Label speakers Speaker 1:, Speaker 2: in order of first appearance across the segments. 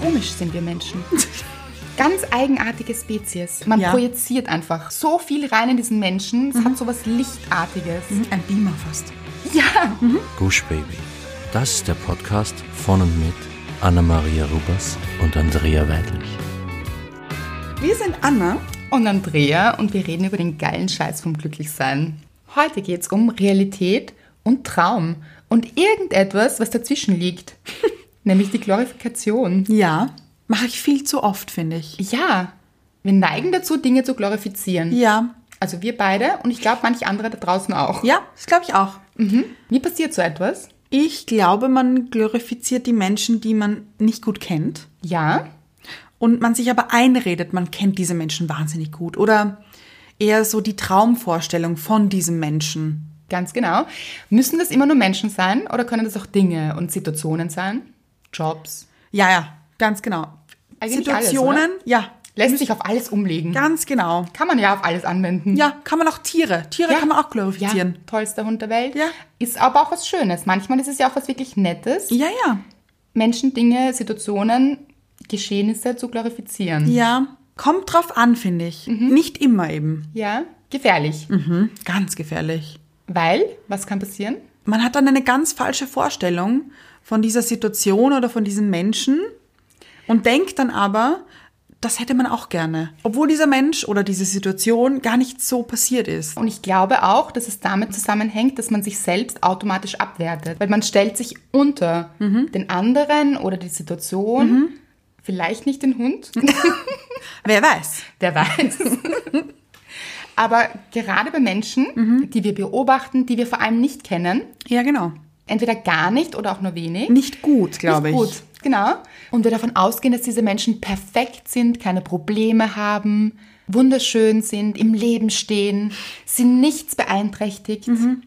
Speaker 1: komisch sind wir Menschen. Ganz eigenartige Spezies. Man
Speaker 2: Ja. Mhm.
Speaker 1: projiziert einfach so viel rein in diesen Menschen. Es hat so was Lichtartiges.
Speaker 2: Ein Beamer fast.
Speaker 1: Ja.
Speaker 3: Gush Baby. Das ist der Podcast von und mit Anna-Maria Rubers und Andrea Weidlich.
Speaker 2: Wir sind Anna.
Speaker 1: Und Andrea und wir reden über den geilen Scheiß vom Glücklichsein. Heute geht's um Realität und Traum und irgendetwas, was dazwischen liegt. Nämlich die Glorifikation.
Speaker 2: Ja. Mache ich viel zu oft, finde ich.
Speaker 1: Ja, wir neigen dazu, Dinge zu glorifizieren.
Speaker 2: Ja.
Speaker 1: Also wir beide und ich glaube manch andere da draußen auch.
Speaker 2: Ja, das glaube ich auch.
Speaker 1: Wie passiert so etwas?
Speaker 2: Ich glaube, man glorifiziert die Menschen, die man nicht gut kennt.
Speaker 1: Ja,
Speaker 2: Und man sich aber einredet, man kennt diese Menschen wahnsinnig gut. Oder eher so die Traumvorstellung von diesem Menschen.
Speaker 1: ganz genau. Müssen das immer nur Menschen sein oder können das auch Dinge und Situationen sein? Jobs?
Speaker 2: Ja, ja, ganz genau.
Speaker 1: Eigentlich alles,
Speaker 2: Situationen, ja,
Speaker 1: Lässt sich auf alles umlegen.
Speaker 2: ganz genau.
Speaker 1: Kann man ja auf alles anwenden.
Speaker 2: Ja, kann man auch Tiere. Tiere kann man auch glorifizieren.
Speaker 1: Ja, tollster Hund der Welt.
Speaker 2: Ja.
Speaker 1: Ist aber auch was Schönes. Manchmal ist es ja auch was wirklich Nettes,
Speaker 2: Ja, ja.
Speaker 1: Menschen, Dinge, Situationen, Geschehnisse zu glorifizieren.
Speaker 2: Ja, kommt drauf an, finde ich. Nicht immer eben.
Speaker 1: Ja, gefährlich.
Speaker 2: Mhm. Ganz gefährlich.
Speaker 1: Weil, was kann passieren?
Speaker 2: Man hat dann eine ganz falsche Vorstellung von dieser Situation oder von diesem Menschen und denkt dann aber, das hätte man auch gerne. Obwohl dieser Mensch oder diese Situation gar nicht so passiert ist.
Speaker 1: Und ich glaube auch, dass es damit zusammenhängt, dass man sich selbst automatisch abwertet. Weil man stellt sich unter
Speaker 2: Mhm.
Speaker 1: den anderen oder die Situation, vielleicht nicht den Hund,
Speaker 2: Wer weiß.
Speaker 1: der weiß. Aber gerade bei Menschen,
Speaker 2: Mhm.
Speaker 1: die wir beobachten, die wir vor allem nicht kennen,
Speaker 2: Ja, genau.
Speaker 1: entweder gar nicht oder auch nur wenig,
Speaker 2: Nicht gut, glaube ich.
Speaker 1: Nicht Gut, genau. Und wir davon ausgehen, dass diese Menschen perfekt sind, keine Probleme haben, wunderschön sind, im Leben stehen, sind nichts beeinträchtigt.
Speaker 2: Mhm.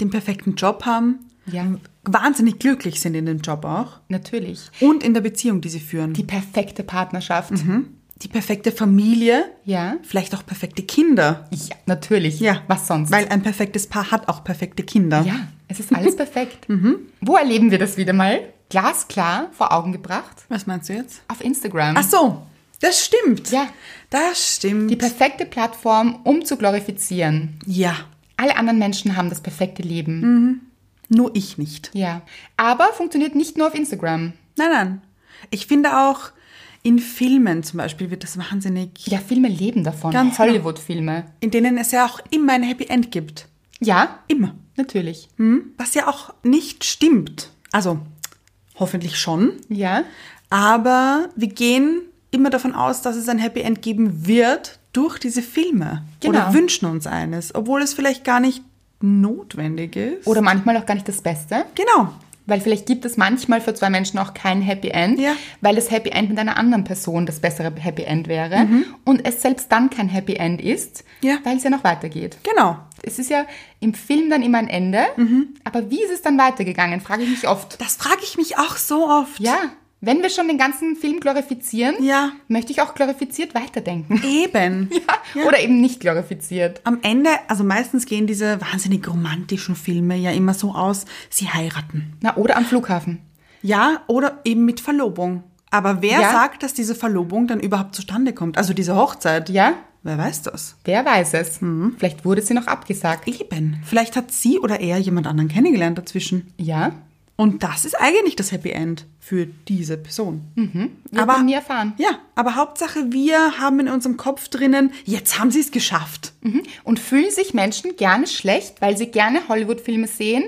Speaker 2: Den perfekten Job haben.
Speaker 1: Ja,
Speaker 2: Wahnsinnig glücklich sind in dem Job auch.
Speaker 1: natürlich.
Speaker 2: Und in der Beziehung, die sie führen.
Speaker 1: Die perfekte Partnerschaft.
Speaker 2: Mhm. die perfekte Familie.
Speaker 1: Ja.
Speaker 2: Vielleicht auch perfekte Kinder.
Speaker 1: Ja, natürlich. Was sonst?
Speaker 2: Weil ein perfektes Paar hat auch perfekte Kinder.
Speaker 1: ja, es ist alles perfekt.
Speaker 2: Mhm.
Speaker 1: Wo erleben wir das wieder mal? Glasklar vor Augen gebracht
Speaker 2: Was meinst du jetzt?
Speaker 1: auf Instagram.
Speaker 2: Ach so, das stimmt.
Speaker 1: Ja.
Speaker 2: Das stimmt.
Speaker 1: Die perfekte Plattform, um zu glorifizieren.
Speaker 2: ja,
Speaker 1: Alle anderen Menschen haben das perfekte Leben.
Speaker 2: Mhm. nur ich nicht.
Speaker 1: Ja, aber funktioniert nicht nur auf Instagram.
Speaker 2: Nein, nein. Ich finde auch, in Filmen zum Beispiel wird das wahnsinnig,
Speaker 1: Ja, Filme leben davon.
Speaker 2: Ganz genau.
Speaker 1: Hollywood-Filme.
Speaker 2: in denen es ja auch immer ein Happy End gibt.
Speaker 1: Ja,
Speaker 2: Immer.
Speaker 1: natürlich.
Speaker 2: Hm? Was ja auch nicht stimmt. Also, hoffentlich schon.
Speaker 1: Ja,
Speaker 2: Aber wir gehen immer davon aus, dass es ein Happy End geben wird durch diese Filme.
Speaker 1: Genau.
Speaker 2: Oder wünschen uns eines, obwohl es vielleicht gar nicht notwendig ist.
Speaker 1: oder manchmal auch gar nicht das Beste,
Speaker 2: genau.
Speaker 1: weil vielleicht gibt es manchmal für zwei Menschen auch kein Happy End,
Speaker 2: Ja.
Speaker 1: weil das Happy End mit einer anderen Person das bessere Happy End wäre und es selbst dann kein Happy End ist,
Speaker 2: Mhm. Ja.
Speaker 1: weil es ja noch weitergeht.
Speaker 2: Genau.
Speaker 1: Es ist ja im Film dann immer ein Ende,
Speaker 2: Mhm.
Speaker 1: aber wie ist es dann weitergegangen, frage ich mich oft.
Speaker 2: Das frage ich mich auch so oft.
Speaker 1: Ja, wenn wir schon den ganzen Film glorifizieren,
Speaker 2: Ja.
Speaker 1: möchte ich auch glorifiziert weiterdenken.
Speaker 2: Eben.
Speaker 1: Oder eben nicht glorifiziert.
Speaker 2: Am Ende, also meistens gehen diese wahnsinnig romantischen Filme ja immer so aus, sie heiraten.
Speaker 1: Na, oder am Flughafen.
Speaker 2: Ja, oder eben mit Verlobung. Aber wer
Speaker 1: Ja.
Speaker 2: sagt, dass diese Verlobung dann überhaupt zustande kommt? Also diese Hochzeit.
Speaker 1: Ja,
Speaker 2: Wer weiß das?
Speaker 1: wer weiß es.
Speaker 2: Mhm.
Speaker 1: Vielleicht wurde sie noch abgesagt.
Speaker 2: Eben. Vielleicht hat sie oder er jemand anderen kennengelernt dazwischen.
Speaker 1: Ja,
Speaker 2: Und das ist eigentlich das Happy End für diese Person.
Speaker 1: wird aber man nie erfahren.
Speaker 2: Ja, aber Hauptsache, wir haben in unserem Kopf drinnen, jetzt haben sie es geschafft.
Speaker 1: Mhm. Und fühlen sich Menschen gerne schlecht, weil sie gerne Hollywood-Filme sehen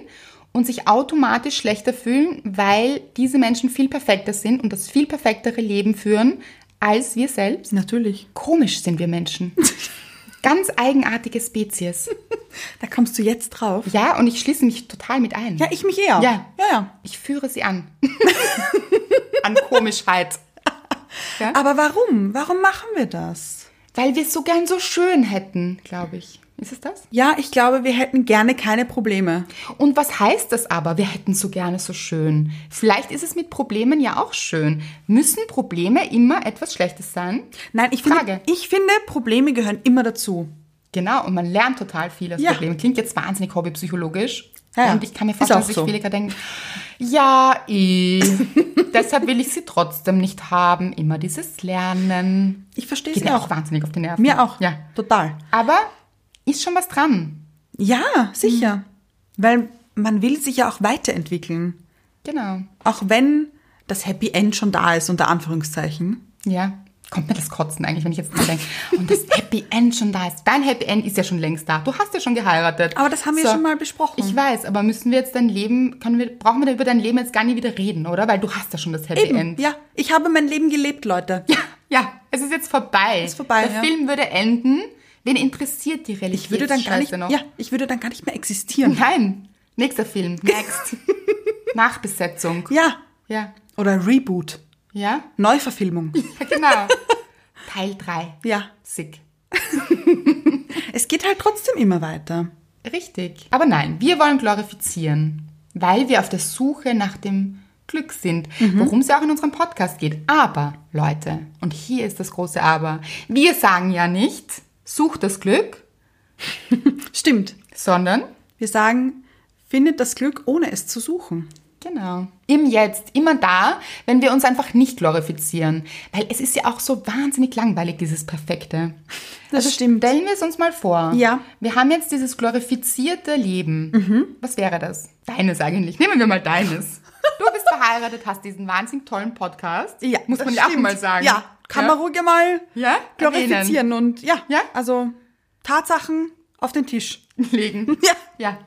Speaker 1: und sich automatisch schlechter fühlen, weil diese Menschen viel perfekter sind und das viel perfektere Leben führen als wir selbst.
Speaker 2: Natürlich.
Speaker 1: Komisch sind wir Menschen. Ganz eigenartige Spezies.
Speaker 2: Da kommst du jetzt drauf.
Speaker 1: Ja, und ich schließe mich total mit ein.
Speaker 2: Ja, ich mich eher.
Speaker 1: Ja.
Speaker 2: ja, ja.
Speaker 1: ich führe sie an. an Komischheit.
Speaker 2: Aber warum? Warum machen wir das?
Speaker 1: Weil wir es so gern so schön hätten, glaube ich. Ist es das?
Speaker 2: Ja, ich glaube, wir hätten gerne keine Probleme.
Speaker 1: Und was heißt das aber? Wir hätten so gerne so schön. Vielleicht ist es mit Problemen ja auch schön. Müssen Probleme immer etwas Schlechtes sein?
Speaker 2: Nein, ich
Speaker 1: Frage.
Speaker 2: finde, ich finde, Probleme gehören immer dazu.
Speaker 1: Genau, und man lernt total viel aus
Speaker 2: Ja.
Speaker 1: Problemen. Klingt jetzt wahnsinnig hobbypsychologisch,
Speaker 2: Ja, ja.
Speaker 1: Und ich kann mir
Speaker 2: Ist
Speaker 1: vorstellen,
Speaker 2: auch
Speaker 1: dass sich
Speaker 2: so.
Speaker 1: viele gerade denken, ja, eh. deshalb will ich sie trotzdem nicht haben. Immer dieses Lernen.
Speaker 2: Ich verstehe es
Speaker 1: Geht mir
Speaker 2: auch.
Speaker 1: auch wahnsinnig auf die Nerven.
Speaker 2: Mir auch.
Speaker 1: Ja.
Speaker 2: Total.
Speaker 1: Aber ist schon was dran.
Speaker 2: Ja, sicher. Weil man will sich ja auch weiterentwickeln.
Speaker 1: Genau.
Speaker 2: Auch wenn das Happy End schon da ist, unter Anführungszeichen.
Speaker 1: Ja. Kommt mir das Kotzen eigentlich, wenn ich jetzt dran denke. Und das Happy End schon da ist. Dein Happy End ist ja schon längst da. Du hast ja schon geheiratet.
Speaker 2: Aber das haben wir schon mal besprochen.
Speaker 1: Ich weiß, aber müssen wir jetzt dein Leben, können wir, brauchen wir da über dein Leben jetzt gar nie wieder reden, oder? Weil du hast ja schon das Happy End.
Speaker 2: Ja, ich habe mein Leben gelebt, Leute.
Speaker 1: Ja, ja, es ist jetzt vorbei.
Speaker 2: Ist vorbei,
Speaker 1: Der
Speaker 2: ja.
Speaker 1: Film würde enden. Wen interessiert die Religion?
Speaker 2: Ich würde dann gar nicht,
Speaker 1: noch?
Speaker 2: ja, ich würde dann gar nicht mehr existieren.
Speaker 1: Nein. Nächster Film. Next. Nachbesetzung.
Speaker 2: Ja.
Speaker 1: Ja.
Speaker 2: Oder Reboot.
Speaker 1: Ja?
Speaker 2: Neuverfilmung.
Speaker 1: Ja, genau. Teil 3.
Speaker 2: Ja.
Speaker 1: Sick.
Speaker 2: Es geht halt trotzdem immer weiter.
Speaker 1: Richtig. Aber nein, wir wollen glorifizieren, weil wir auf der Suche nach dem Glück sind, worum es ja auch in unserem Podcast geht. Aber, Leute, und hier ist das große Aber, wir sagen ja nicht, sucht das Glück,
Speaker 2: Stimmt.
Speaker 1: sondern,
Speaker 2: Wir sagen, findet das Glück, ohne es zu suchen.
Speaker 1: genau, im Jetzt, immer da, wenn wir uns einfach nicht glorifizieren. Weil es ist ja auch so wahnsinnig langweilig, dieses Perfekte.
Speaker 2: Das stimmt.
Speaker 1: Stellen wir es uns mal vor.
Speaker 2: Ja. Mhm.
Speaker 1: Wir haben jetzt dieses glorifizierte Leben. Was wäre das? Deines eigentlich. Nehmen wir mal deines. Du bist verheiratet, hast diesen wahnsinnig tollen Podcast.
Speaker 2: Ja,
Speaker 1: Muss man
Speaker 2: das
Speaker 1: ja auch
Speaker 2: stimmt.
Speaker 1: mal sagen.
Speaker 2: Ja, kann man ruhig mal
Speaker 1: Ja,
Speaker 2: glorifizieren und ja,
Speaker 1: Ja?
Speaker 2: also Tatsachen auf den Tisch.
Speaker 1: legen.
Speaker 2: Ja.
Speaker 1: Ja.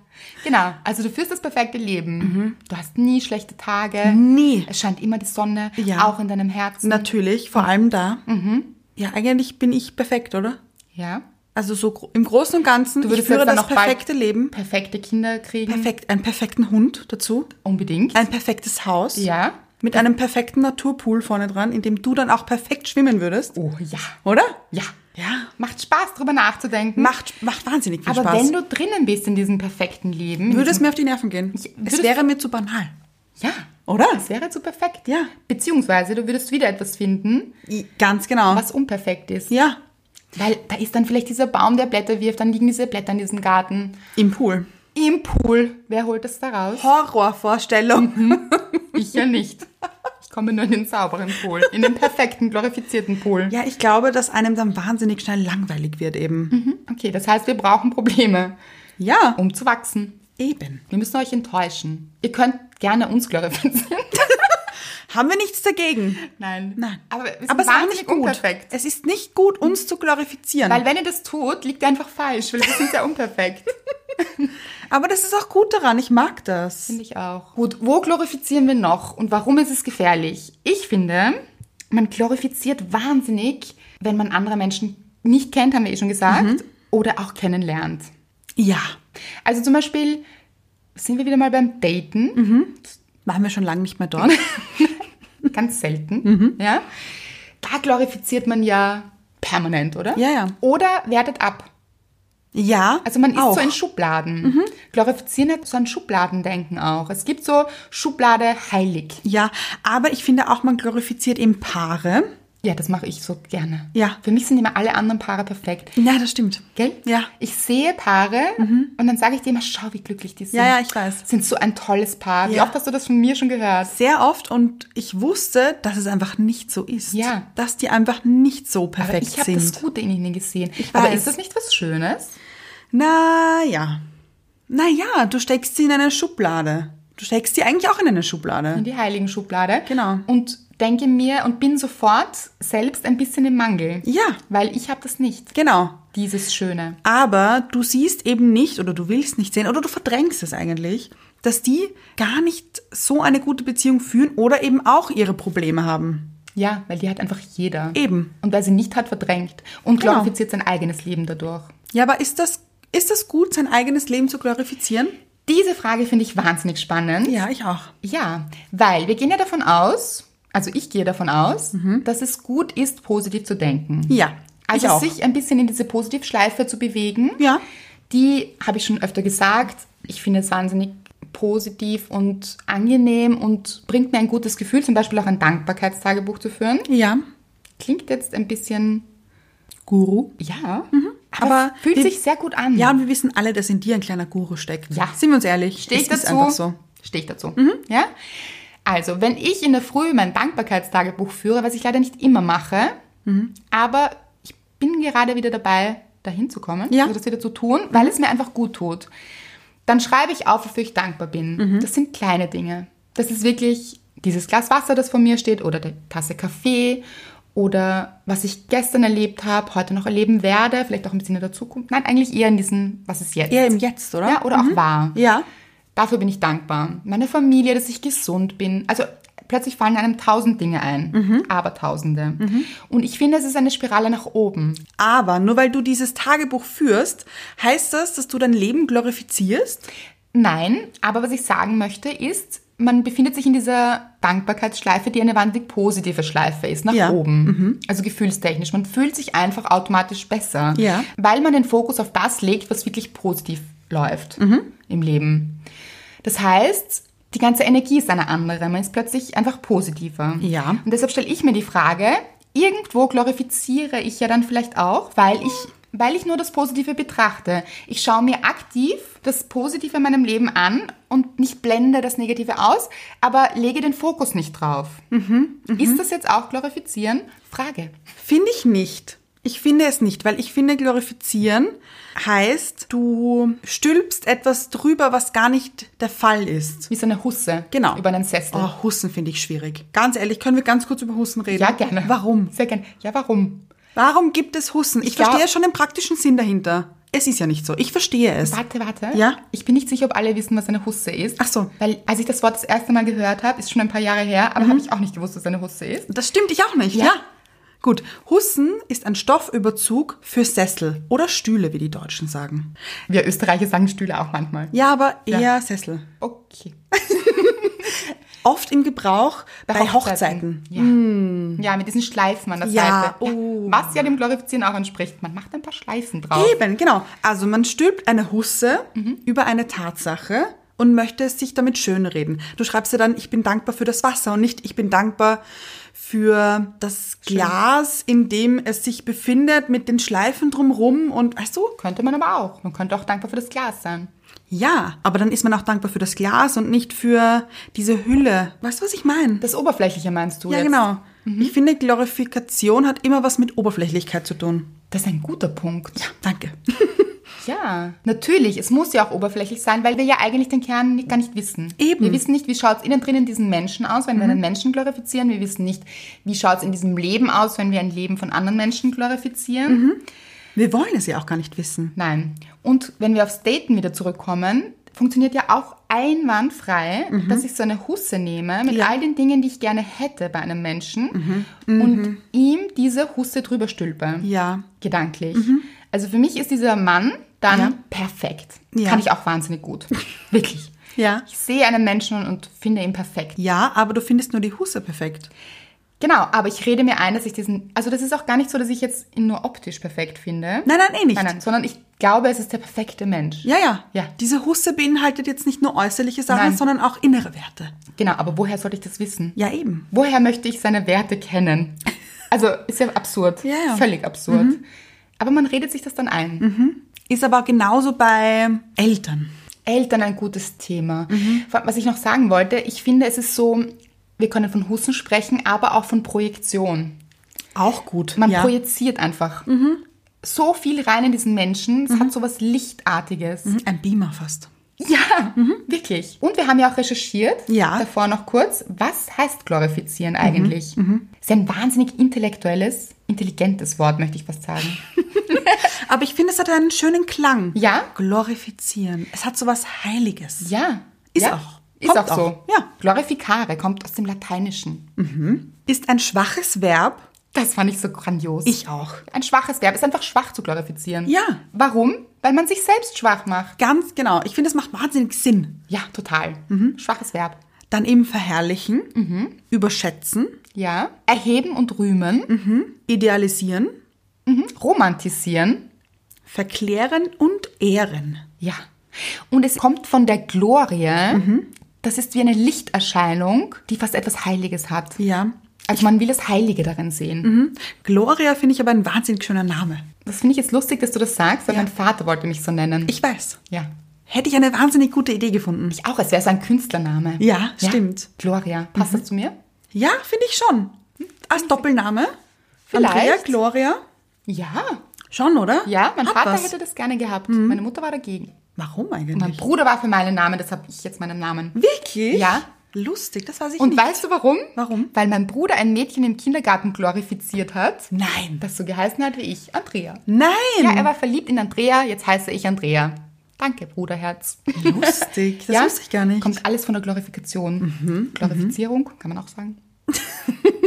Speaker 1: Genau. Also du führst das perfekte Leben.
Speaker 2: Mhm.
Speaker 1: Du hast nie schlechte Tage.
Speaker 2: Nie.
Speaker 1: Es scheint immer die Sonne.
Speaker 2: Ja.
Speaker 1: Auch in deinem Herzen.
Speaker 2: Natürlich, vor allem da.
Speaker 1: Mhm.
Speaker 2: Ja, eigentlich bin ich perfekt, oder?
Speaker 1: ja.
Speaker 2: Also so gro- im Großen und Ganzen,
Speaker 1: Du würdest
Speaker 2: ich führe
Speaker 1: jetzt dann
Speaker 2: das
Speaker 1: noch bald-
Speaker 2: perfekte Leben.
Speaker 1: Perfekte Kinder kriegen.
Speaker 2: Perfekt, Äh, einen perfekten Hund dazu.
Speaker 1: Unbedingt.
Speaker 2: Ein perfektes Haus.
Speaker 1: Ja.
Speaker 2: Mit einem perfekten Naturpool vorne dran, in dem du dann auch perfekt schwimmen würdest.
Speaker 1: Oh ja.
Speaker 2: Oder?
Speaker 1: Ja.
Speaker 2: Ja.
Speaker 1: Macht Spaß, drüber nachzudenken.
Speaker 2: Macht, macht wahnsinnig viel
Speaker 1: Aber
Speaker 2: Spaß.
Speaker 1: wenn du drinnen bist in diesem perfekten Leben, in
Speaker 2: würde es mir auf die Nerven gehen.
Speaker 1: würde-
Speaker 2: es wäre mir zu banal.
Speaker 1: Ja.
Speaker 2: Oder?
Speaker 1: Das wäre zu perfekt.
Speaker 2: Ja.
Speaker 1: Beziehungsweise du würdest wieder etwas finden,
Speaker 2: I- Ganz genau.
Speaker 1: was unperfekt ist.
Speaker 2: Ja,
Speaker 1: Weil da ist dann vielleicht dieser Baum, der Blätter wirft, dann liegen diese Blätter in diesem Garten.
Speaker 2: im Pool.
Speaker 1: Im Pool. Wer holt das da raus? Mhm.
Speaker 2: Horrorvorstellung.
Speaker 1: Ich ja nicht. Ich komme nur in den sauberen Pool. In den perfekten, glorifizierten Pool.
Speaker 2: Ja, ich glaube, dass einem dann wahnsinnig schnell langweilig wird eben.
Speaker 1: Okay, das heißt, wir brauchen Probleme,
Speaker 2: Ja,
Speaker 1: um zu wachsen.
Speaker 2: eben.
Speaker 1: Wir müssen euch enttäuschen. Ihr könnt gerne uns glorifizieren.
Speaker 2: Haben wir nichts dagegen.
Speaker 1: Nein.
Speaker 2: Nein.
Speaker 1: Aber wir sind
Speaker 2: Aber es ist auch
Speaker 1: wahnsinnig
Speaker 2: nicht gut.
Speaker 1: unperfekt.
Speaker 2: Es ist nicht gut, uns zu glorifizieren.
Speaker 1: Weil wenn ihr das tut, liegt ihr einfach falsch, weil wir sind ja unperfekt.
Speaker 2: Aber das ist auch gut daran. Ich mag das.
Speaker 1: Finde ich auch. Gut, wo glorifizieren wir noch und warum ist es gefährlich? Ich finde, man glorifiziert wahnsinnig, wenn man andere Menschen nicht kennt, haben wir eh schon gesagt,
Speaker 2: Mhm.
Speaker 1: oder auch kennenlernt.
Speaker 2: Ja,
Speaker 1: Also zum Beispiel sind wir wieder mal beim Daten,
Speaker 2: waren wir schon lange nicht mehr dort. Mhm.
Speaker 1: ganz selten. Ja? Da glorifiziert man ja permanent, oder?
Speaker 2: Ja, ja.
Speaker 1: Oder wertet ab.
Speaker 2: ja,
Speaker 1: Also man ist
Speaker 2: auch. Mhm.
Speaker 1: so in Schubladen. Glorifizieren hat so ein Schubladendenken auch. Es gibt so Schublade heilig.
Speaker 2: Ja, aber ich finde auch, man glorifiziert eben Paare.
Speaker 1: Ja, das mache ich so gerne.
Speaker 2: Ja.
Speaker 1: Für mich sind immer alle anderen Paare perfekt.
Speaker 2: Ja, das stimmt.
Speaker 1: Gell?
Speaker 2: Ja. Mhm.
Speaker 1: Ich sehe Paare und dann sage ich dir immer, schau, wie glücklich die sind.
Speaker 2: Ja, ja, ich weiß.
Speaker 1: Sind so ein tolles Paar. Wie
Speaker 2: Ja.
Speaker 1: oft hast du das von mir schon gehört?
Speaker 2: Sehr oft und ich wusste, dass es einfach nicht so ist.
Speaker 1: Ja.
Speaker 2: Dass die einfach nicht so
Speaker 1: Aber
Speaker 2: perfekt
Speaker 1: ich habe das
Speaker 2: sind.
Speaker 1: Gute in ihnen gesehen. Ich
Speaker 2: weiß.
Speaker 1: Aber ist das nicht was Schönes?
Speaker 2: Naja. Naja, du steckst sie in eine Schublade. Du steckst sie eigentlich auch in eine
Speaker 1: In
Speaker 2: Schublade.
Speaker 1: die heiligen Schublade.
Speaker 2: Genau.
Speaker 1: Und denke mir und bin sofort selbst ein bisschen im Mangel.
Speaker 2: Ja.
Speaker 1: Weil ich habe das nicht.
Speaker 2: Genau.
Speaker 1: Dieses Schöne.
Speaker 2: Aber du siehst eben nicht oder du willst nicht sehen oder du verdrängst es eigentlich, dass die gar nicht so eine gute Beziehung führen oder eben auch ihre Probleme haben.
Speaker 1: Ja, weil die hat einfach jeder.
Speaker 2: Eben.
Speaker 1: Und weil sie nicht hat, verdrängt. Und
Speaker 2: Genau.
Speaker 1: glorifiziert sein eigenes Leben dadurch.
Speaker 2: Ja, aber ist das, ist das gut, sein eigenes Leben zu glorifizieren?
Speaker 1: Diese Frage finde ich wahnsinnig spannend.
Speaker 2: Ja, ich auch.
Speaker 1: Ja, weil wir gehen ja davon aus, also ich gehe davon aus, dass es gut ist, positiv zu denken.
Speaker 2: Mhm. Ja.
Speaker 1: Also
Speaker 2: ich auch.
Speaker 1: sich ein bisschen in diese Positivschleife zu bewegen.
Speaker 2: Ja.
Speaker 1: Die habe ich schon öfter gesagt. Ich finde es wahnsinnig positiv und angenehm und bringt mir ein gutes Gefühl, zum Beispiel auch ein Dankbarkeitstagebuch zu führen.
Speaker 2: ja.
Speaker 1: Klingt jetzt ein bisschen
Speaker 2: Guru.
Speaker 1: ja, aber
Speaker 2: Mhm. Aber
Speaker 1: fühlt
Speaker 2: wir-
Speaker 1: sich sehr gut an.
Speaker 2: Ja, und wir wissen alle, dass in dir ein kleiner Guru steckt.
Speaker 1: Ja.
Speaker 2: Sind wir uns ehrlich?
Speaker 1: Stehe ich
Speaker 2: Das
Speaker 1: dazu?
Speaker 2: Ist einfach so. Mhm.
Speaker 1: Stehe ich dazu. Ja? Also, wenn ich in der Früh mein Dankbarkeitstagebuch führe, was ich leider nicht immer mache,
Speaker 2: Mhm.
Speaker 1: aber ich bin gerade wieder dabei, dahin zu kommen,
Speaker 2: Ja. Mhm.
Speaker 1: also das wieder zu tun, weil es mir einfach gut tut, dann schreibe ich auf, wofür ich dankbar bin.
Speaker 2: Mhm.
Speaker 1: Das sind kleine Dinge. Das ist wirklich dieses Glas Wasser, das vor mir steht, oder die Tasse Kaffee, oder was ich gestern erlebt habe, heute noch erleben werde, vielleicht auch ein bisschen in der Zukunft. Nein, eigentlich eher in diesem, was ist jetzt.
Speaker 2: Eher im Jetzt, oder? Mhm.
Speaker 1: Ja, oder auch wahr.
Speaker 2: Ja.
Speaker 1: Dafür bin ich dankbar. Meine Familie, dass ich gesund bin. Also plötzlich fallen einem tausend Dinge ein,
Speaker 2: Mhm.
Speaker 1: aber tausende. Und ich finde, es ist eine Spirale nach oben.
Speaker 2: Aber nur weil du dieses Tagebuch führst, heißt das, dass du dein Leben glorifizierst?
Speaker 1: Nein, aber was ich sagen möchte ist, man befindet sich in dieser Dankbarkeitsschleife, die eine wahnsinnig positive Schleife ist, nach
Speaker 2: Ja. Mhm.
Speaker 1: oben. Also gefühlstechnisch. Man fühlt sich einfach automatisch besser,
Speaker 2: Ja.
Speaker 1: weil man den Fokus auf das legt, was wirklich positiv läuft
Speaker 2: Mhm.
Speaker 1: im Leben. Das heißt, die ganze Energie ist eine andere. Man ist plötzlich einfach positiver.
Speaker 2: Ja.
Speaker 1: Und deshalb stelle ich mir die Frage, irgendwo glorifiziere ich ja dann vielleicht auch, weil ich, weil ich nur das Positive betrachte. Ich schaue mir aktiv das Positive in meinem Leben an und nicht blende das Negative aus, aber lege den Fokus nicht drauf.
Speaker 2: Mhm,
Speaker 1: Ist das jetzt auch glorifizieren? Frage.
Speaker 2: Finde ich nicht. Ich finde es nicht, weil ich finde, glorifizieren heißt, du stülpst etwas drüber, was gar nicht der Fall ist.
Speaker 1: Wie so eine Husse
Speaker 2: Genau.
Speaker 1: über einen Sessel.
Speaker 2: Oh, Hussen finde ich schwierig. Ganz ehrlich, können wir ganz kurz über Hussen reden?
Speaker 1: Ja, gerne.
Speaker 2: Warum?
Speaker 1: Sehr gerne. Ja, warum?
Speaker 2: Warum gibt es Hussen? Ich,
Speaker 1: glaub-
Speaker 2: verstehe schon den praktischen Sinn dahinter. Es ist ja nicht so. Ich verstehe es.
Speaker 1: Warte, warte.
Speaker 2: Ja?
Speaker 1: Ich bin nicht sicher, ob alle wissen, was eine Husse ist.
Speaker 2: Ach so. Mhm.
Speaker 1: Weil als ich das Wort das erste Mal gehört habe, ist schon ein paar Jahre her, aber habe ich auch nicht gewusst, was eine Husse ist.
Speaker 2: Das stimmt, ich auch nicht.
Speaker 1: Ja.
Speaker 2: Ja. Gut, Hussen ist ein Stoffüberzug für Sessel oder Stühle, wie die Deutschen sagen.
Speaker 1: Wir Österreicher sagen Stühle auch manchmal.
Speaker 2: Ja, aber eher
Speaker 1: Ja.
Speaker 2: Sessel.
Speaker 1: Okay.
Speaker 2: Oft im Gebrauch bei, Hochzeiten. Mhm.
Speaker 1: Ja. ja, mit diesen Schleifen an der
Speaker 2: Ja,
Speaker 1: Seite.
Speaker 2: oh.
Speaker 1: Was ja dem Glorifizieren auch entspricht. Man macht ein paar Schleifen drauf.
Speaker 2: Eben, genau. Also man stülpt eine Husse über eine Tatsache und möchte es sich damit schönreden. Du schreibst ja dann, ich bin dankbar für das Wasser und nicht, ich bin dankbar für das Glas, in dem es sich befindet, mit den Schleifen drumrum und weißt du,
Speaker 1: Könnte man aber auch. Man könnte auch dankbar für das Glas sein.
Speaker 2: Ja, aber dann ist man auch dankbar für das Glas und nicht für diese Hülle. Weißt du, was ich meine?
Speaker 1: Das Oberflächliche meinst du
Speaker 2: Ja,
Speaker 1: jetzt?
Speaker 2: genau. Ich finde, Glorifikation hat immer was mit Oberflächlichkeit zu tun.
Speaker 1: Das ist ein guter Punkt.
Speaker 2: Ja, danke.
Speaker 1: Ja, natürlich. Es muss ja auch oberflächlich sein, weil wir ja eigentlich den Kern nicht, gar nicht wissen.
Speaker 2: Eben.
Speaker 1: Wir wissen nicht, wie schaut es innen drin in diesen Menschen aus, wenn wir einen Menschen glorifizieren. Wir wissen nicht, wie schaut es in diesem Leben aus, wenn wir ein Leben von anderen Menschen glorifizieren.
Speaker 2: Wir wollen es ja auch gar nicht wissen.
Speaker 1: Nein. Und wenn wir aufs Daten wieder zurückkommen, funktioniert ja auch einwandfrei, dass ich so eine Husse nehme mit all den Dingen, die ich gerne hätte bei einem Menschen und ihm diese Husse drüber stülpe.
Speaker 2: Ja.
Speaker 1: Gedanklich. Also für mich ist dieser Mann dann
Speaker 2: Mhm. Ja.
Speaker 1: perfekt.
Speaker 2: Ja.
Speaker 1: Kann ich auch wahnsinnig gut. Wirklich.
Speaker 2: Ja.
Speaker 1: Ich sehe einen Menschen und finde ihn perfekt.
Speaker 2: Ja, aber du findest nur die Husse perfekt.
Speaker 1: Genau, aber ich rede mir ein, dass ich diesen, also das ist auch gar nicht so, dass ich jetzt ihn nur optisch perfekt finde.
Speaker 2: Nein, nein, eh nicht.
Speaker 1: Nein, nein, sondern ich glaube, es ist der perfekte Mensch.
Speaker 2: Ja, ja.
Speaker 1: Ja.
Speaker 2: Diese Husse beinhaltet jetzt nicht nur äußerliche Sachen,
Speaker 1: Nein.
Speaker 2: sondern auch innere Werte.
Speaker 1: Genau, aber woher sollte ich das wissen?
Speaker 2: Ja, eben.
Speaker 1: Woher möchte ich seine Werte kennen? Also ist ja absurd.
Speaker 2: Ja, Mhm. ja.
Speaker 1: Völlig absurd. Aber man redet sich das dann ein.
Speaker 2: Ist aber genauso bei Eltern.
Speaker 1: Eltern ein gutes Thema.
Speaker 2: Mhm.
Speaker 1: Vor allem, Was ich noch sagen wollte, ich finde, es ist so, wir können von Hussen sprechen, aber auch von Projektion.
Speaker 2: Auch gut.
Speaker 1: Man
Speaker 2: ja. Mhm.
Speaker 1: projiziert einfach so viel rein in diesen Menschen. Es hat so was Lichtartiges.
Speaker 2: Mhm, Ein Beamer fast.
Speaker 1: Ja, wirklich. Und wir haben ja auch recherchiert,
Speaker 2: Mhm. Ja. Mhm.
Speaker 1: davor noch kurz, was heißt glorifizieren eigentlich? Ist ein wahnsinnig intellektuelles, intelligentes Wort, möchte ich fast sagen.
Speaker 2: Aber ich finde, es hat einen schönen Klang.
Speaker 1: Ja?
Speaker 2: Glorifizieren. Es hat so was Heiliges.
Speaker 1: Ja.
Speaker 2: Ist
Speaker 1: ja.
Speaker 2: auch.
Speaker 1: Ist
Speaker 2: Kommt
Speaker 1: auch, so.
Speaker 2: auch. Ja.
Speaker 1: Glorificare kommt aus dem Lateinischen.
Speaker 2: Ist ein schwaches Verb.
Speaker 1: Das fand ich so grandios.
Speaker 2: auch.
Speaker 1: Ein schwaches Verb ist einfach schwach zu glorifizieren.
Speaker 2: Ja.
Speaker 1: Warum? Weil man sich selbst schwach macht.
Speaker 2: Ganz genau. Ich finde, es macht wahnsinnig Sinn.
Speaker 1: Ja, total.
Speaker 2: Mhm.
Speaker 1: Schwaches Verb.
Speaker 2: Dann eben verherrlichen,
Speaker 1: Mhm.
Speaker 2: überschätzen,
Speaker 1: Ja. Erheben und rühmen.
Speaker 2: idealisieren, Mhm.
Speaker 1: Romantisieren.
Speaker 2: verklären und ehren.
Speaker 1: Ja. Und es kommt von der
Speaker 2: Mhm.
Speaker 1: Glorie. Das ist wie eine Lichterscheinung, die fast etwas Heiliges hat.
Speaker 2: Ja. Mhm.
Speaker 1: Also man will das Heilige darin sehen.
Speaker 2: Gloria finde ich aber ein wahnsinnig schöner Name.
Speaker 1: Das finde ich jetzt lustig, dass du das sagst, weil mein Vater wollte mich so nennen.
Speaker 2: Ich weiß.
Speaker 1: ja.
Speaker 2: Hätte ich eine wahnsinnig gute Idee gefunden.
Speaker 1: Ich auch, es wäre so ein Künstlername.
Speaker 2: Ja, stimmt. Mhm.
Speaker 1: Gloria, passt das zu mir?
Speaker 2: Ja, finde ich schon. Hm? Als Doppelname.
Speaker 1: Hm. Vielleicht.
Speaker 2: Andrea, Gloria.
Speaker 1: Ja.
Speaker 2: Schon, oder?
Speaker 1: Ja, mein
Speaker 2: Hat
Speaker 1: Vater
Speaker 2: was. Hm.
Speaker 1: hätte das gerne gehabt. Meine Mutter war dagegen.
Speaker 2: Warum
Speaker 1: Mein
Speaker 2: eigentlich?
Speaker 1: Bruder war für meinen Namen, das habe ich jetzt meinen Namen.
Speaker 2: Wirklich?
Speaker 1: Ja.
Speaker 2: Lustig, das weiß ich
Speaker 1: Und
Speaker 2: nicht.
Speaker 1: weißt du warum?
Speaker 2: Warum?
Speaker 1: Weil mein Bruder ein Mädchen im Kindergarten glorifiziert hat,
Speaker 2: Nein.
Speaker 1: das so geheißen hat wie ich, Andrea.
Speaker 2: Nein.
Speaker 1: Ja, er war verliebt in Andrea, jetzt heiße ich Andrea. Danke, Bruderherz.
Speaker 2: Lustig, das wusste ich gar nicht. Mhm,
Speaker 1: Kommt alles von der Glorifikation. Glorifizierung, kann man auch sagen.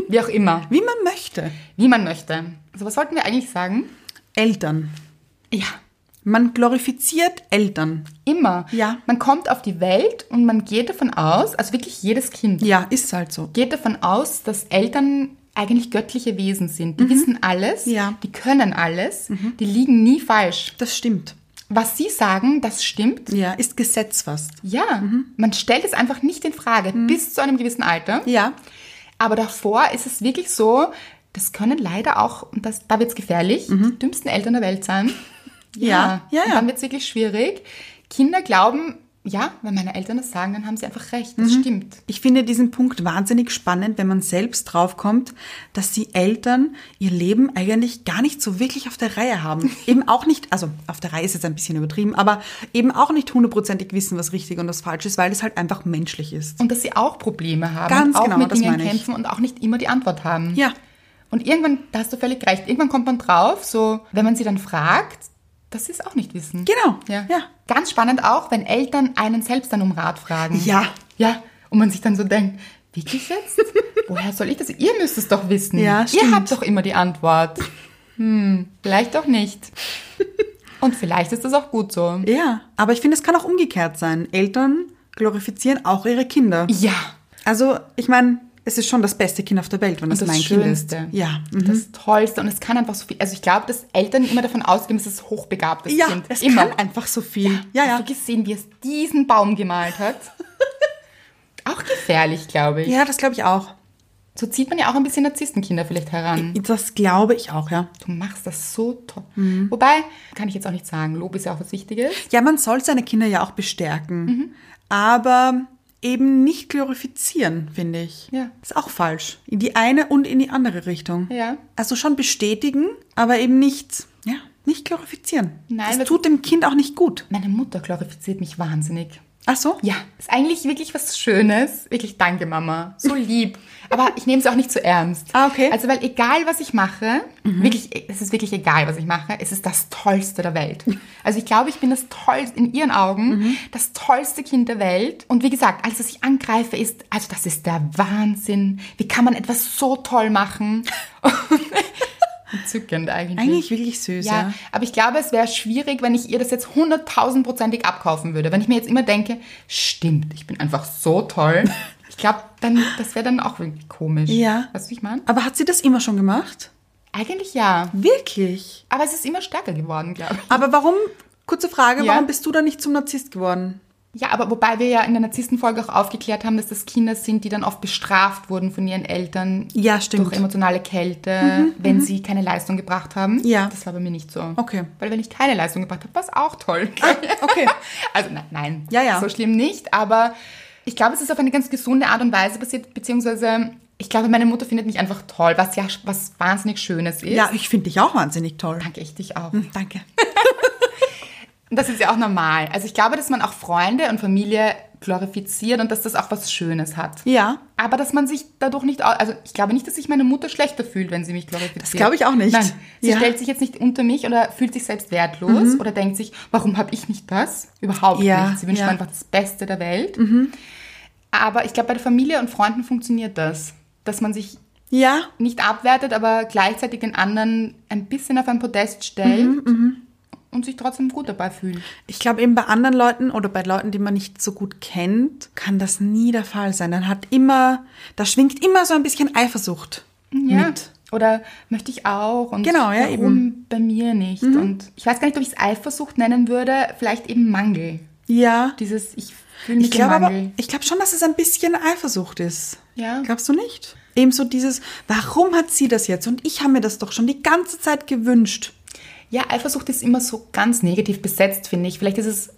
Speaker 1: wie auch immer,
Speaker 2: Wie man möchte.
Speaker 1: wie man möchte. Also was sollten wir eigentlich sagen?
Speaker 2: Eltern.
Speaker 1: Ja,
Speaker 2: Man glorifiziert Eltern.
Speaker 1: immer.
Speaker 2: Ja.
Speaker 1: Man kommt auf die Welt und man geht davon aus, also wirklich jedes Kind
Speaker 2: Ja, ist halt so.
Speaker 1: geht davon aus, dass Eltern eigentlich göttliche Wesen sind. Die wissen alles,
Speaker 2: Mhm. Ja. Mhm.
Speaker 1: die können alles, die liegen nie falsch.
Speaker 2: Das stimmt.
Speaker 1: Was sie sagen, das stimmt.
Speaker 2: Ja, ist Gesetz fast.
Speaker 1: Ja,
Speaker 2: Mhm.
Speaker 1: man stellt es einfach nicht in Frage bis zu einem gewissen Alter.
Speaker 2: Ja.
Speaker 1: Aber davor ist es wirklich so, das können leider auch, und das, da wird es gefährlich, die dümmsten Eltern der Welt sein.
Speaker 2: Mhm. Ja, ja,
Speaker 1: Und
Speaker 2: ja.
Speaker 1: dann wird es wirklich schwierig. Kinder glauben, ja, wenn meine Eltern das sagen, dann haben sie einfach recht.
Speaker 2: Mhm.
Speaker 1: Das stimmt.
Speaker 2: Ich finde diesen Punkt wahnsinnig spannend, wenn man selbst draufkommt, dass die Eltern ihr Leben eigentlich gar nicht so wirklich auf der Reihe haben. Eben auch nicht, also auf der Reihe ist jetzt ein bisschen übertrieben, aber eben auch nicht hundertprozentig wissen, was richtig und was falsch ist, weil es halt einfach menschlich ist.
Speaker 1: Und dass sie auch Probleme haben.
Speaker 2: Ganz
Speaker 1: und auch
Speaker 2: genau,
Speaker 1: mit
Speaker 2: das
Speaker 1: Dingen
Speaker 2: meine ich.
Speaker 1: kämpfen und auch nicht immer die Antwort haben.
Speaker 2: Ja.
Speaker 1: Und irgendwann, da hast du völlig recht, irgendwann kommt man drauf, so, wenn man sie dann fragt, dass sie es auch nicht wissen.
Speaker 2: Genau,
Speaker 1: Ja.
Speaker 2: ja.
Speaker 1: Ganz spannend auch, wenn Eltern einen selbst dann um Rat fragen.
Speaker 2: Ja.
Speaker 1: Ja. Und man sich dann so denkt, wirklich jetzt? Woher soll ich das? Ihr müsst es doch wissen.
Speaker 2: Ja,
Speaker 1: Ihr
Speaker 2: stimmt.
Speaker 1: habt doch immer die Antwort. Hm, vielleicht doch nicht. Und vielleicht ist das auch gut so.
Speaker 2: Ja, aber ich finde, es kann auch umgekehrt sein. Eltern glorifizieren auch ihre Kinder.
Speaker 1: Ja.
Speaker 2: Also, ich meine, es ist schon das beste Kind auf der Welt, wenn es
Speaker 1: Das
Speaker 2: mein
Speaker 1: Schönste.
Speaker 2: Kind ist. Ja. Mhm.
Speaker 1: Das Tollste. Und es kann einfach so viel. Also ich glaube, dass Eltern immer davon ausgehen, dass es hochbegabtes
Speaker 2: Ja,
Speaker 1: Kind.
Speaker 2: es
Speaker 1: immer.
Speaker 2: kann einfach so viel. Ja,
Speaker 1: Hast
Speaker 2: ja.
Speaker 1: du gesehen, wie es diesen Baum gemalt hat? auch gefährlich, glaube ich.
Speaker 2: Ja, das glaube ich auch.
Speaker 1: So zieht man ja auch ein bisschen Narzisstenkinder vielleicht heran.
Speaker 2: Das glaube ich auch, ja.
Speaker 1: Du machst das so toll.
Speaker 2: Mhm.
Speaker 1: Wobei, kann ich jetzt auch nicht sagen, Lob ist ja auch was Wichtiges.
Speaker 2: Ja, man soll seine Kinder ja auch bestärken, aber eben nicht glorifizieren, finde ich.
Speaker 1: Ja.
Speaker 2: Ist auch falsch. In die eine und in die andere Richtung.
Speaker 1: Ja.
Speaker 2: Also schon bestätigen, aber eben nicht, ja, nicht glorifizieren.
Speaker 1: Nein, weil-
Speaker 2: das tut dem Kind auch nicht gut.
Speaker 1: Meine Mutter glorifiziert mich wahnsinnig.
Speaker 2: Ach so?
Speaker 1: Ja, ist eigentlich wirklich was Schönes. Wirklich danke, Mama. So lieb. Aber ich nehme es auch nicht so ernst.
Speaker 2: Ah, okay. Mhm.
Speaker 1: Also, weil egal, was ich mache, wirklich, es ist wirklich egal, was ich mache, es ist das Tollste der Welt. Also, ich glaube, ich bin das Tollste, in ihren Augen,
Speaker 2: Mhm.
Speaker 1: das tollste Kind der Welt. Und wie gesagt, alles, was ich angreife, ist, also, das ist der Wahnsinn. Wie kann man etwas so toll machen? Entzückend eigentlich.
Speaker 2: Eigentlich wirklich süß, ja.
Speaker 1: Ja, aber ich glaube, es wäre schwierig, wenn ich ihr das jetzt hunderttausendprozentig abkaufen würde. Wenn ich mir jetzt immer denke, stimmt, ich bin einfach so toll. Ich glaube, dann, das wäre dann auch irgendwie komisch.
Speaker 2: Ja.
Speaker 1: Weißt du, wie ich meine?
Speaker 2: Aber hat sie das immer schon gemacht?
Speaker 1: Eigentlich ja.
Speaker 2: Wirklich?
Speaker 1: Aber es ist immer stärker geworden, glaube
Speaker 2: Aber warum, kurze Frage,
Speaker 1: Ja.
Speaker 2: warum bist du dann nicht zum Narzisst geworden?
Speaker 1: ich. Ja, aber wobei wir ja in der Narzisstenfolge auch aufgeklärt haben, dass das Kinder sind, die dann oft bestraft wurden von ihren Eltern.
Speaker 2: Ja, stimmt. Mhm,
Speaker 1: Durch emotionale Kälte, wenn sie keine Leistung gebracht haben.
Speaker 2: Ja.
Speaker 1: Das war bei mir nicht so.
Speaker 2: Okay. Ah.
Speaker 1: Weil wenn ich keine Leistung gebracht habe, war es auch toll.
Speaker 2: okay.
Speaker 1: Also nein, nein,
Speaker 2: Ja, ja.
Speaker 1: so schlimm nicht, aber ich glaube, es ist auf eine ganz gesunde Art und Weise passiert, beziehungsweise ich glaube, meine Mutter findet mich einfach toll, was ja was wahnsinnig Schönes ist.
Speaker 2: Ja, Hm. ich finde dich auch wahnsinnig toll.
Speaker 1: Danke ich dich auch.
Speaker 2: Danke.
Speaker 1: Und Das ist ja auch normal. Also ich glaube, dass man auch Freunde und Familie glorifiziert und dass das auch was Schönes hat.
Speaker 2: Ja.
Speaker 1: Aber dass man sich dadurch nicht, au- also ich glaube nicht, dass sich meine Mutter schlechter fühlt, wenn sie mich glorifiziert.
Speaker 2: Das glaube ich auch nicht.
Speaker 1: Nein, sie
Speaker 2: Ja. Mhm.
Speaker 1: stellt sich jetzt nicht unter mich oder fühlt sich selbst wertlos oder denkt sich, warum habe ich nicht das? Überhaupt
Speaker 2: Ja,
Speaker 1: nicht. Sie wünscht
Speaker 2: ja. Mhm.
Speaker 1: mir einfach das Beste der Welt. Aber ich glaube, bei der Familie und Freunden funktioniert das, dass man sich
Speaker 2: Ja,
Speaker 1: nicht abwertet, aber gleichzeitig den anderen ein bisschen auf ein Podest stellt
Speaker 2: Mhm,
Speaker 1: und sich trotzdem gut dabei fühlt.
Speaker 2: Ich glaube eben bei anderen Leuten oder bei Leuten, die man nicht so gut kennt, kann das nie der Fall sein. Dann hat immer, da schwingt immer so ein bisschen Eifersucht
Speaker 1: Ja.
Speaker 2: mit.
Speaker 1: Oder möchte ich auch und
Speaker 2: Genau, ja,
Speaker 1: warum
Speaker 2: eben. Mhm.
Speaker 1: bei mir nicht. Und ich weiß gar nicht, ob ich es Eifersucht nennen würde, vielleicht eben Mangel.
Speaker 2: Ja,
Speaker 1: Dieses, ich Fühl mich
Speaker 2: ich glaube
Speaker 1: im
Speaker 2: aber,
Speaker 1: Mangel.
Speaker 2: ich glaube schon, dass es ein bisschen Eifersucht ist.
Speaker 1: Ja.
Speaker 2: Glaubst du nicht? Ebenso dieses, warum hat sie das jetzt? Und ich habe mir das doch schon die ganze Zeit gewünscht.
Speaker 1: Ja, Eifersucht ist immer so ganz negativ besetzt, finde ich. Vielleicht ist es,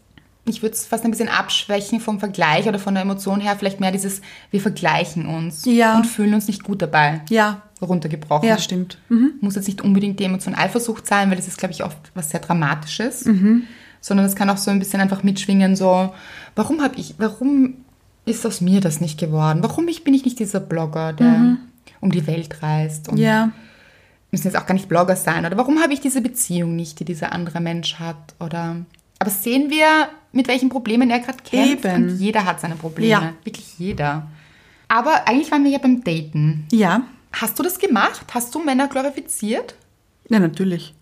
Speaker 1: ich würde es fast ein bisschen abschwächen vom Vergleich oder von der Emotion her, vielleicht mehr dieses, wir vergleichen uns
Speaker 2: Ja.
Speaker 1: und fühlen uns nicht gut dabei.
Speaker 2: Ja.
Speaker 1: Runtergebrochen.
Speaker 2: Ja, stimmt.
Speaker 1: Muss jetzt nicht unbedingt die Emotion Eifersucht sein, weil das ist, glaube ich, oft was sehr Dramatisches.
Speaker 2: Mhm.
Speaker 1: Sondern es kann auch so ein bisschen einfach mitschwingen, so, warum habe ich, warum ist aus mir das nicht geworden? Warum ich, bin ich nicht dieser Blogger, der um die Welt reist und
Speaker 2: Mhm. Ja.
Speaker 1: müssen jetzt auch gar nicht Blogger sein oder warum habe ich diese Beziehung nicht, die dieser andere Mensch hat oder aber sehen wir, mit welchen Problemen er gerade kämpft
Speaker 2: Eben.
Speaker 1: und jeder hat seine Probleme,
Speaker 2: Ja.
Speaker 1: wirklich jeder. Aber eigentlich waren wir ja beim Daten.
Speaker 2: Ja.
Speaker 1: Hast du das gemacht? Hast du Männer glorifiziert?
Speaker 2: Ja, natürlich.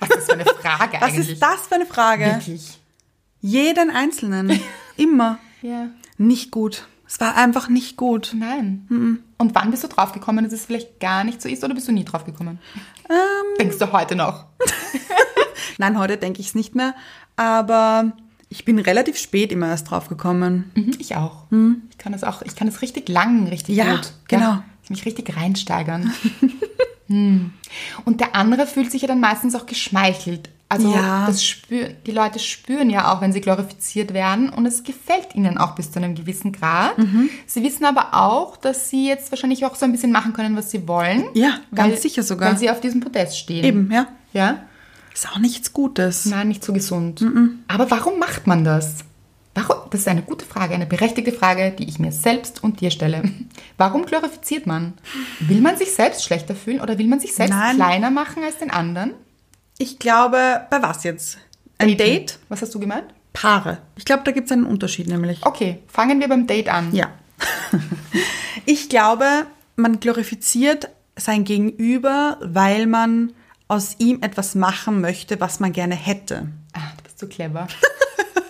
Speaker 1: Was ist das für eine Frage
Speaker 2: Was
Speaker 1: eigentlich?
Speaker 2: ist das für eine Frage?
Speaker 1: Wirklich.
Speaker 2: Jeden einzelnen. Immer.
Speaker 1: Ja.
Speaker 2: Nicht gut. Es war einfach nicht gut.
Speaker 1: Nein.
Speaker 2: Hm.
Speaker 1: Und wann bist du draufgekommen, dass es vielleicht gar nicht so ist oder bist du nie draufgekommen?
Speaker 2: Ähm.
Speaker 1: Denkst du heute noch?
Speaker 2: Nein, heute denke ich es nicht mehr. Aber ich bin relativ spät immer erst drauf gekommen.
Speaker 1: Mhm, ich auch. Ich kann das auch, ich kann das richtig lang, richtig
Speaker 2: Hm? Ja,
Speaker 1: gut.
Speaker 2: genau.
Speaker 1: Ich mich richtig reinsteigern. Hm. Und der andere fühlt sich ja dann meistens auch geschmeichelt. Also
Speaker 2: Ja.
Speaker 1: das spür, die Leute spüren ja auch, wenn sie glorifiziert werden und es gefällt ihnen auch bis zu einem gewissen Grad.
Speaker 2: Mhm.
Speaker 1: Sie wissen aber auch, dass sie jetzt wahrscheinlich auch so ein bisschen machen können, was sie wollen.
Speaker 2: Ja, ganz sicher sogar.
Speaker 1: Weil sie auf diesem Podest stehen.
Speaker 2: Eben, ja.
Speaker 1: Ja?
Speaker 2: Ist auch nichts Gutes.
Speaker 1: Nein, nicht so gesund. Aber warum macht man das? Warum? Das ist eine gute Frage, eine berechtigte Frage, die ich mir selbst und dir stelle. Warum glorifiziert man? Will man sich selbst schlechter fühlen oder will man sich selbst
Speaker 2: Nein.
Speaker 1: kleiner machen als den anderen?
Speaker 2: Ich glaube, bei was jetzt? Ein Date?
Speaker 1: Was hast du gemeint?
Speaker 2: Paare. Ich glaube, da gibt es einen Unterschied nämlich.
Speaker 1: Okay, fangen wir beim Date an.
Speaker 2: Ja. ich glaube, man glorifiziert sein Gegenüber, weil man aus ihm etwas machen möchte, was man gerne hätte.
Speaker 1: Ah, du bist so clever.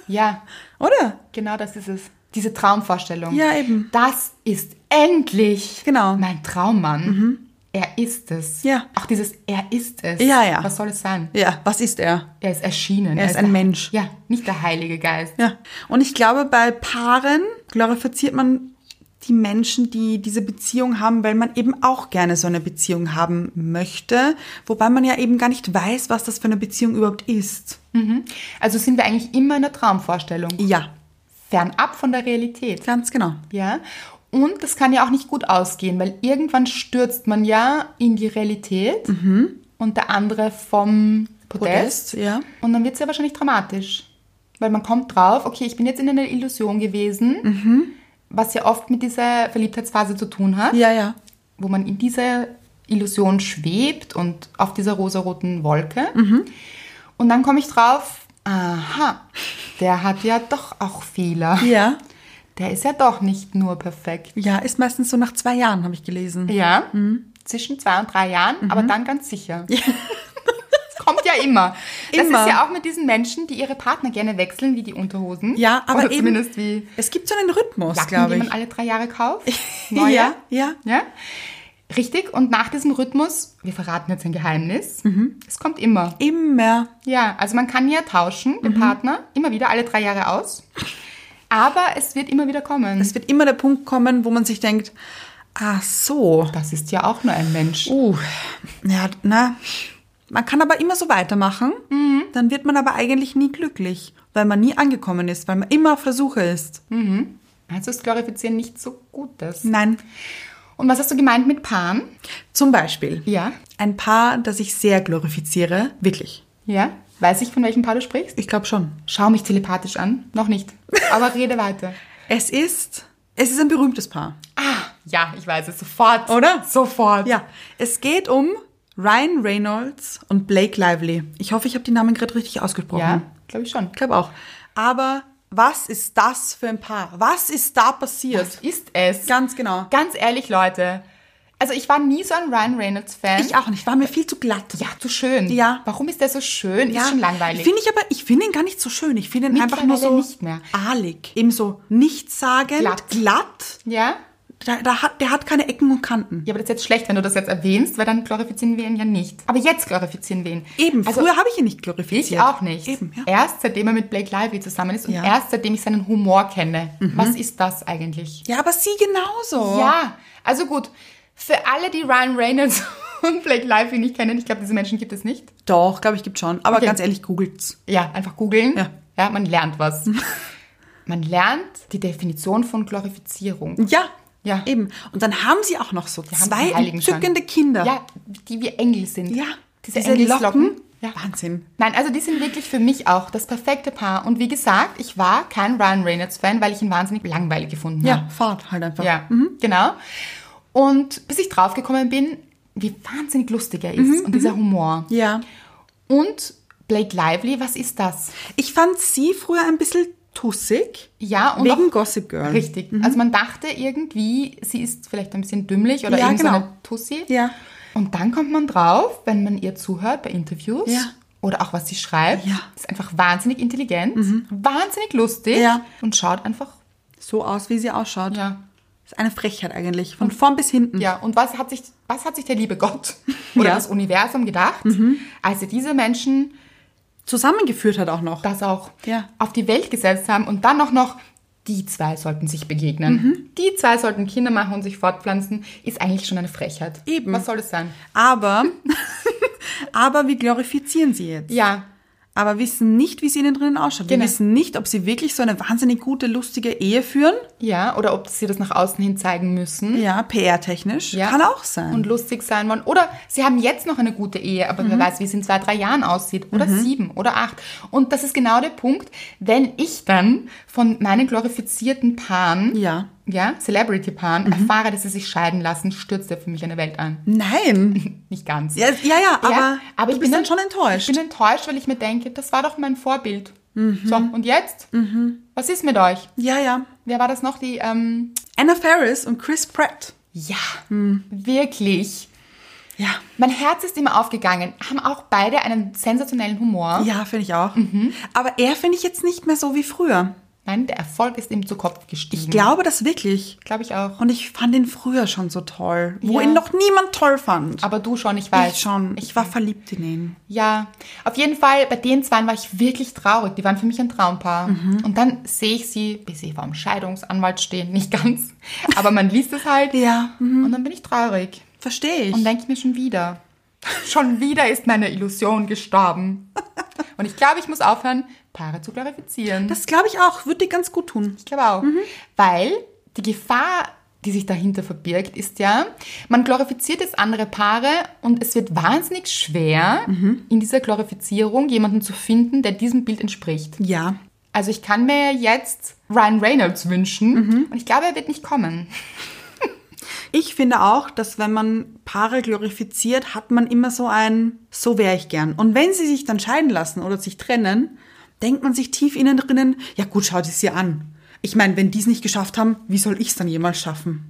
Speaker 1: ja,
Speaker 2: Oder?
Speaker 1: genau das ist es. Diese Traumvorstellung.
Speaker 2: Ja, eben.
Speaker 1: Das ist endlich
Speaker 2: Genau. Mhm.
Speaker 1: mein Traummann. Er ist es.
Speaker 2: Ja.
Speaker 1: Auch dieses Er ist es.
Speaker 2: Ja, ja.
Speaker 1: Was soll es sein?
Speaker 2: Ja, was ist er?
Speaker 1: Er ist erschienen.
Speaker 2: Er ist ein
Speaker 1: der-
Speaker 2: Mensch.
Speaker 1: Ja, nicht der Heilige Geist.
Speaker 2: Ja. Und ich glaube, bei Paaren glorifiziert man die Menschen, die diese Beziehung haben, weil man eben auch gerne so eine Beziehung haben möchte, wobei man ja eben gar nicht weiß, was das für eine Beziehung überhaupt ist.
Speaker 1: Mhm. Also sind wir eigentlich immer in der Traumvorstellung,
Speaker 2: Ja,
Speaker 1: fernab von der Realität.
Speaker 2: ganz genau.
Speaker 1: Ja. Und das kann ja auch nicht gut ausgehen, weil irgendwann stürzt man ja in die Realität und der andere vom Podest.
Speaker 2: Mhm. Podest, ja.
Speaker 1: Und dann wird es ja wahrscheinlich dramatisch. Weil man kommt drauf, okay, ich bin jetzt in einer Illusion gewesen,
Speaker 2: Mhm.
Speaker 1: was ja oft mit dieser Verliebtheitsphase zu tun hat.
Speaker 2: Ja, ja.
Speaker 1: wo man in dieser Illusion schwebt und auf dieser rosaroten Wolke.
Speaker 2: Mhm.
Speaker 1: Und dann komme ich drauf, aha, der hat ja doch auch Fehler.
Speaker 2: Ja.
Speaker 1: Der ist ja doch nicht nur perfekt.
Speaker 2: Ja, ist meistens so nach zwei Jahren, habe ich gelesen.
Speaker 1: Ja,
Speaker 2: Mhm.
Speaker 1: zwischen zwei und drei Jahren, aber dann ganz sicher. Das kommt ja immer. Das
Speaker 2: Immer.
Speaker 1: ist ja auch mit diesen Menschen, die ihre Partner gerne wechseln, wie die Unterhosen.
Speaker 2: Ja, aber
Speaker 1: Oder
Speaker 2: eben.
Speaker 1: zumindest wie
Speaker 2: Es gibt so einen Rhythmus,
Speaker 1: Jacken,
Speaker 2: glaube
Speaker 1: die man
Speaker 2: ich.
Speaker 1: alle drei Jahre kauft.
Speaker 2: Ja, ja.
Speaker 1: ja. Richtig, und nach diesem Rhythmus, wir verraten jetzt ein Geheimnis, es kommt immer.
Speaker 2: Immer.
Speaker 1: Ja, also man kann ja tauschen, den Partner, immer wieder, alle drei Jahre aus. Aber es wird immer wieder kommen.
Speaker 2: Es wird immer der Punkt kommen, wo man sich denkt, ach so.
Speaker 1: das ist ja auch nur ein Mensch.
Speaker 2: Uh, ja, na. Man kann aber immer so weitermachen,
Speaker 1: Mhm.
Speaker 2: dann wird man aber eigentlich nie glücklich, weil man nie angekommen ist, weil man immer auf der Suche ist.
Speaker 1: Also ist Glorifizieren nicht so Gutes.
Speaker 2: Nein.
Speaker 1: Und was hast du gemeint mit Paaren?
Speaker 2: Zum Beispiel.
Speaker 1: Ja.
Speaker 2: Ein Paar, das ich sehr glorifiziere, wirklich.
Speaker 1: Ja? Weiß ich, von welchem Paar du sprichst?
Speaker 2: Ich glaube schon.
Speaker 1: Schau mich telepathisch an. Noch nicht. Aber rede weiter.
Speaker 2: Es ist, es ist ein berühmtes Paar.
Speaker 1: Ah, ja, ich weiß es sofort.
Speaker 2: Oder?
Speaker 1: Sofort.
Speaker 2: Ja, es geht um Ryan Reynolds und Blake Lively. Ich hoffe, ich habe die Namen gerade richtig ausgesprochen.
Speaker 1: Ja, glaube ich schon.
Speaker 2: Ich glaube auch. Aber was ist das für ein Paar? Was ist da passiert?
Speaker 1: Das ist es.
Speaker 2: Ganz genau.
Speaker 1: Ganz ehrlich, Leute. Also ich war nie so ein Ryan Reynolds-Fan.
Speaker 2: Ich auch nicht. War mir viel zu glatt.
Speaker 1: Ja, zu schön.
Speaker 2: Ja.
Speaker 1: Warum ist der so schön?
Speaker 2: Ja.
Speaker 1: Ist schon langweilig.
Speaker 2: Finde ich aber, ich finde ihn gar nicht so schön. Ich finde ihn einfach nur so
Speaker 1: Mittlerweile nicht mehr.
Speaker 2: ahlig. Eben so nichtssagend,
Speaker 1: Glatt.
Speaker 2: glatt.
Speaker 1: ja?
Speaker 2: Da, da hat, der hat keine Ecken und Kanten.
Speaker 1: Ja, aber das ist jetzt schlecht, wenn du das jetzt erwähnst, weil dann glorifizieren wir ihn ja nicht. Aber jetzt glorifizieren wir ihn.
Speaker 2: Eben,
Speaker 1: Also,
Speaker 2: früher habe ich ihn nicht
Speaker 1: ich
Speaker 2: glorifiziert.
Speaker 1: auch nicht.
Speaker 2: Eben, ja.
Speaker 1: Erst seitdem er mit Blake Lively zusammen ist und
Speaker 2: Ja. Mhm.
Speaker 1: erst seitdem ich seinen Humor kenne. Was ist das eigentlich?
Speaker 2: Ja, aber sie genauso.
Speaker 1: Ja, also gut. Für alle, die Ryan Reynolds und Blake Lively nicht kennen, ich glaube, diese Menschen gibt es nicht.
Speaker 2: Doch, glaube ich, gibt schon. Aber
Speaker 1: Okay.
Speaker 2: ganz ehrlich, googelt's.
Speaker 1: Ja, einfach googeln.
Speaker 2: Ja. Mhm.
Speaker 1: ja, man lernt was. man lernt die Definition von Glorifizierung.
Speaker 2: Ja.
Speaker 1: Ja.
Speaker 2: Eben. Und dann haben sie auch noch so
Speaker 1: haben
Speaker 2: zwei
Speaker 1: den Heiligenschein.
Speaker 2: entzückende Kinder.
Speaker 1: Ja, die wie Engel sind.
Speaker 2: Ja.
Speaker 1: Diese,
Speaker 2: Diese
Speaker 1: Engelslocken.
Speaker 2: Locken. Wahnsinn.
Speaker 1: Nein, also die sind wirklich für mich auch das perfekte Paar. Und wie gesagt, ich war kein Ryan Reynolds-Fan, weil ich ihn wahnsinnig langweilig gefunden habe.
Speaker 2: Ja, Fahrt halt einfach.
Speaker 1: Ja, genau. Und bis ich draufgekommen bin, wie wahnsinnig lustig er ist und dieser Humor.
Speaker 2: Mhm, Ja.
Speaker 1: Und Blake Lively, was ist das?
Speaker 2: Ich fand sie früher ein bisschen tussig.
Speaker 1: Ja, Ah, und
Speaker 2: Wegen
Speaker 1: auch
Speaker 2: Gossip Girl.
Speaker 1: richtig.
Speaker 2: Mhm.
Speaker 1: Also man dachte irgendwie, sie ist vielleicht ein bisschen dümmlich oder
Speaker 2: Ja,
Speaker 1: irgend so
Speaker 2: genau.
Speaker 1: eine Tussi.
Speaker 2: Ja.
Speaker 1: Und dann kommt man drauf, wenn man ihr zuhört bei Interviews
Speaker 2: Ja.
Speaker 1: oder auch was sie schreibt,
Speaker 2: Ja. Mhm.
Speaker 1: ist einfach wahnsinnig intelligent, wahnsinnig lustig
Speaker 2: Ja.
Speaker 1: und schaut einfach,
Speaker 2: So aus, wie sie ausschaut.
Speaker 1: ja.
Speaker 2: Ist eine Frechheit eigentlich. Von vorn bis hinten.
Speaker 1: Ja, und was hat sich, was hat sich der liebe Gott oder
Speaker 2: Mhm. Ja. Mhm.
Speaker 1: das Universum gedacht, als sie diese Menschen
Speaker 2: Zusammengeführt hat auch noch.
Speaker 1: das auch
Speaker 2: Ja.
Speaker 1: auf die Welt gesetzt haben und dann auch noch, die zwei sollten sich begegnen.
Speaker 2: Mhm.
Speaker 1: Die zwei sollten Kinder machen und sich fortpflanzen, ist eigentlich schon eine Frechheit.
Speaker 2: Eben.
Speaker 1: Was soll das sein?
Speaker 2: Aber, aber wir glorifizieren sie jetzt.
Speaker 1: Ja,
Speaker 2: Aber wissen nicht, wie es ihnen drinnen ausschaut.
Speaker 1: Genau.
Speaker 2: Wir wissen nicht, ob sie wirklich so eine wahnsinnig gute, lustige Ehe führen.
Speaker 1: ja, oder ob sie das nach außen hin zeigen müssen.
Speaker 2: Ja, PR-technisch.
Speaker 1: Ja.
Speaker 2: Kann auch sein.
Speaker 1: Und lustig sein wollen. Oder sie haben jetzt noch eine gute Ehe, aber
Speaker 2: Mhm.
Speaker 1: wer weiß, wie es in zwei, drei Jahren aussieht. Oder sieben oder acht. Und das ist genau der Punkt, wenn ich dann von meinen glorifizierten Paaren,
Speaker 2: Ja. Mhm.
Speaker 1: ja Celebrity-Paaren, erfahre, dass sie sich scheiden lassen, stürzt ja für mich eine Welt ein.
Speaker 2: Nein.
Speaker 1: Nicht ganz.
Speaker 2: Ja, ja, ja aber,
Speaker 1: aber
Speaker 2: du
Speaker 1: ich
Speaker 2: bist
Speaker 1: bin
Speaker 2: dann
Speaker 1: dann-
Speaker 2: schon
Speaker 1: Ich
Speaker 2: enttäuscht. Mhm.
Speaker 1: bin enttäuscht, weil ich mir denke, das war doch mein Vorbild. So, und jetzt? Was ist mit euch?
Speaker 2: ja, ja.
Speaker 1: Wer war das noch? Die, ähm,
Speaker 2: Anna Ferris und Chris Pratt.
Speaker 1: ja,
Speaker 2: Hm.
Speaker 1: wirklich.
Speaker 2: Ja.
Speaker 1: Mein Herz ist immer aufgegangen. Haben auch beide einen sensationellen Humor.
Speaker 2: Ja, finde ich auch.
Speaker 1: Mhm.
Speaker 2: Aber er finde ich jetzt nicht mehr so wie früher.
Speaker 1: Nein, der Erfolg ist ihm zu Kopf gestiegen.
Speaker 2: Ich glaube das wirklich.
Speaker 1: Glaube ich auch.
Speaker 2: Und ich fand ihn früher schon so toll, wo
Speaker 1: Ja.
Speaker 2: ihn noch niemand toll fand.
Speaker 1: Aber du schon, ich weiß.
Speaker 2: ich schon. Ich war verliebt in ihn.
Speaker 1: Ja, auf jeden Fall, bei den zwei war ich wirklich traurig. Die waren für mich ein Traumpaar.
Speaker 2: Mhm.
Speaker 1: Und dann sehe ich sie, wie sie vor dem Scheidungsanwalt stehen. Nicht ganz, aber man liest es halt.
Speaker 2: Ja.
Speaker 1: Und dann bin ich traurig.
Speaker 2: Verstehe ich.
Speaker 1: Und denke ich mir schon wieder. Schon wieder ist meine Illusion gestorben. Und ich glaube, ich muss aufhören, Paare zu glorifizieren.
Speaker 2: das glaube ich auch. Würde dir ganz gut tun.
Speaker 1: Ich glaube auch. Weil die Gefahr, die sich dahinter verbirgt, ist ja, man glorifiziert jetzt andere Paare und es wird wahnsinnig schwer, in dieser Glorifizierung jemanden zu finden, der diesem Bild entspricht.
Speaker 2: Ja.
Speaker 1: Also ich kann mir jetzt Ryan Reynolds wünschen und ich glaube, er wird nicht kommen.
Speaker 2: Ich finde auch, dass wenn man Paare glorifiziert, hat man immer so ein, so wäre ich gern. Und wenn sie sich dann scheiden lassen oder sich trennen, denkt man sich tief innen drinnen, ja gut, schau es dir an. Ich meine, wenn die es nicht geschafft haben, wie soll ich es dann jemals schaffen?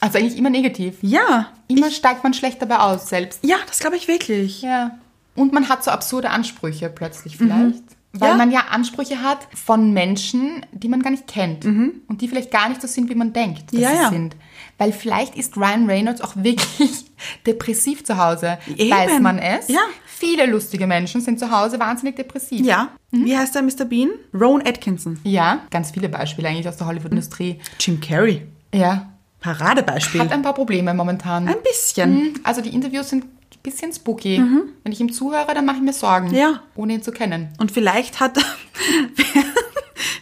Speaker 1: Also eigentlich immer negativ.
Speaker 2: Ja,
Speaker 1: Immer steigt man schlecht dabei aus selbst.
Speaker 2: ja, das glaube ich wirklich.
Speaker 1: Ja. Und man hat so absurde Ansprüche plötzlich vielleicht. Weil
Speaker 2: Mhm. Ja.
Speaker 1: man ja Ansprüche hat von Menschen, die man gar nicht kennt. Und die vielleicht gar nicht so sind, wie man denkt, dass
Speaker 2: Mhm. Ja,
Speaker 1: sie
Speaker 2: ja.
Speaker 1: sind. Weil vielleicht ist Ryan Reynolds auch wirklich depressiv zu Hause.
Speaker 2: Eben.
Speaker 1: Weiß man es?
Speaker 2: Ja.
Speaker 1: Viele lustige Menschen sind zu Hause wahnsinnig depressiv.
Speaker 2: Ja. Mhm. Wie heißt der Mr. Bean? Rowan Atkinson.
Speaker 1: Ja, ganz viele Beispiele eigentlich aus der Hollywood-Industrie.
Speaker 2: Jim Carrey.
Speaker 1: Ja.
Speaker 2: Paradebeispiel.
Speaker 1: Hat ein paar Probleme momentan.
Speaker 2: Mhm. Ein bisschen.
Speaker 1: Mhm. Also die Interviews sind ein bisschen spooky. Wenn ich ihm zuhöre, dann mache ich mir Sorgen.
Speaker 2: Mhm. Ja.
Speaker 1: Ohne ihn zu kennen.
Speaker 2: Und vielleicht hat,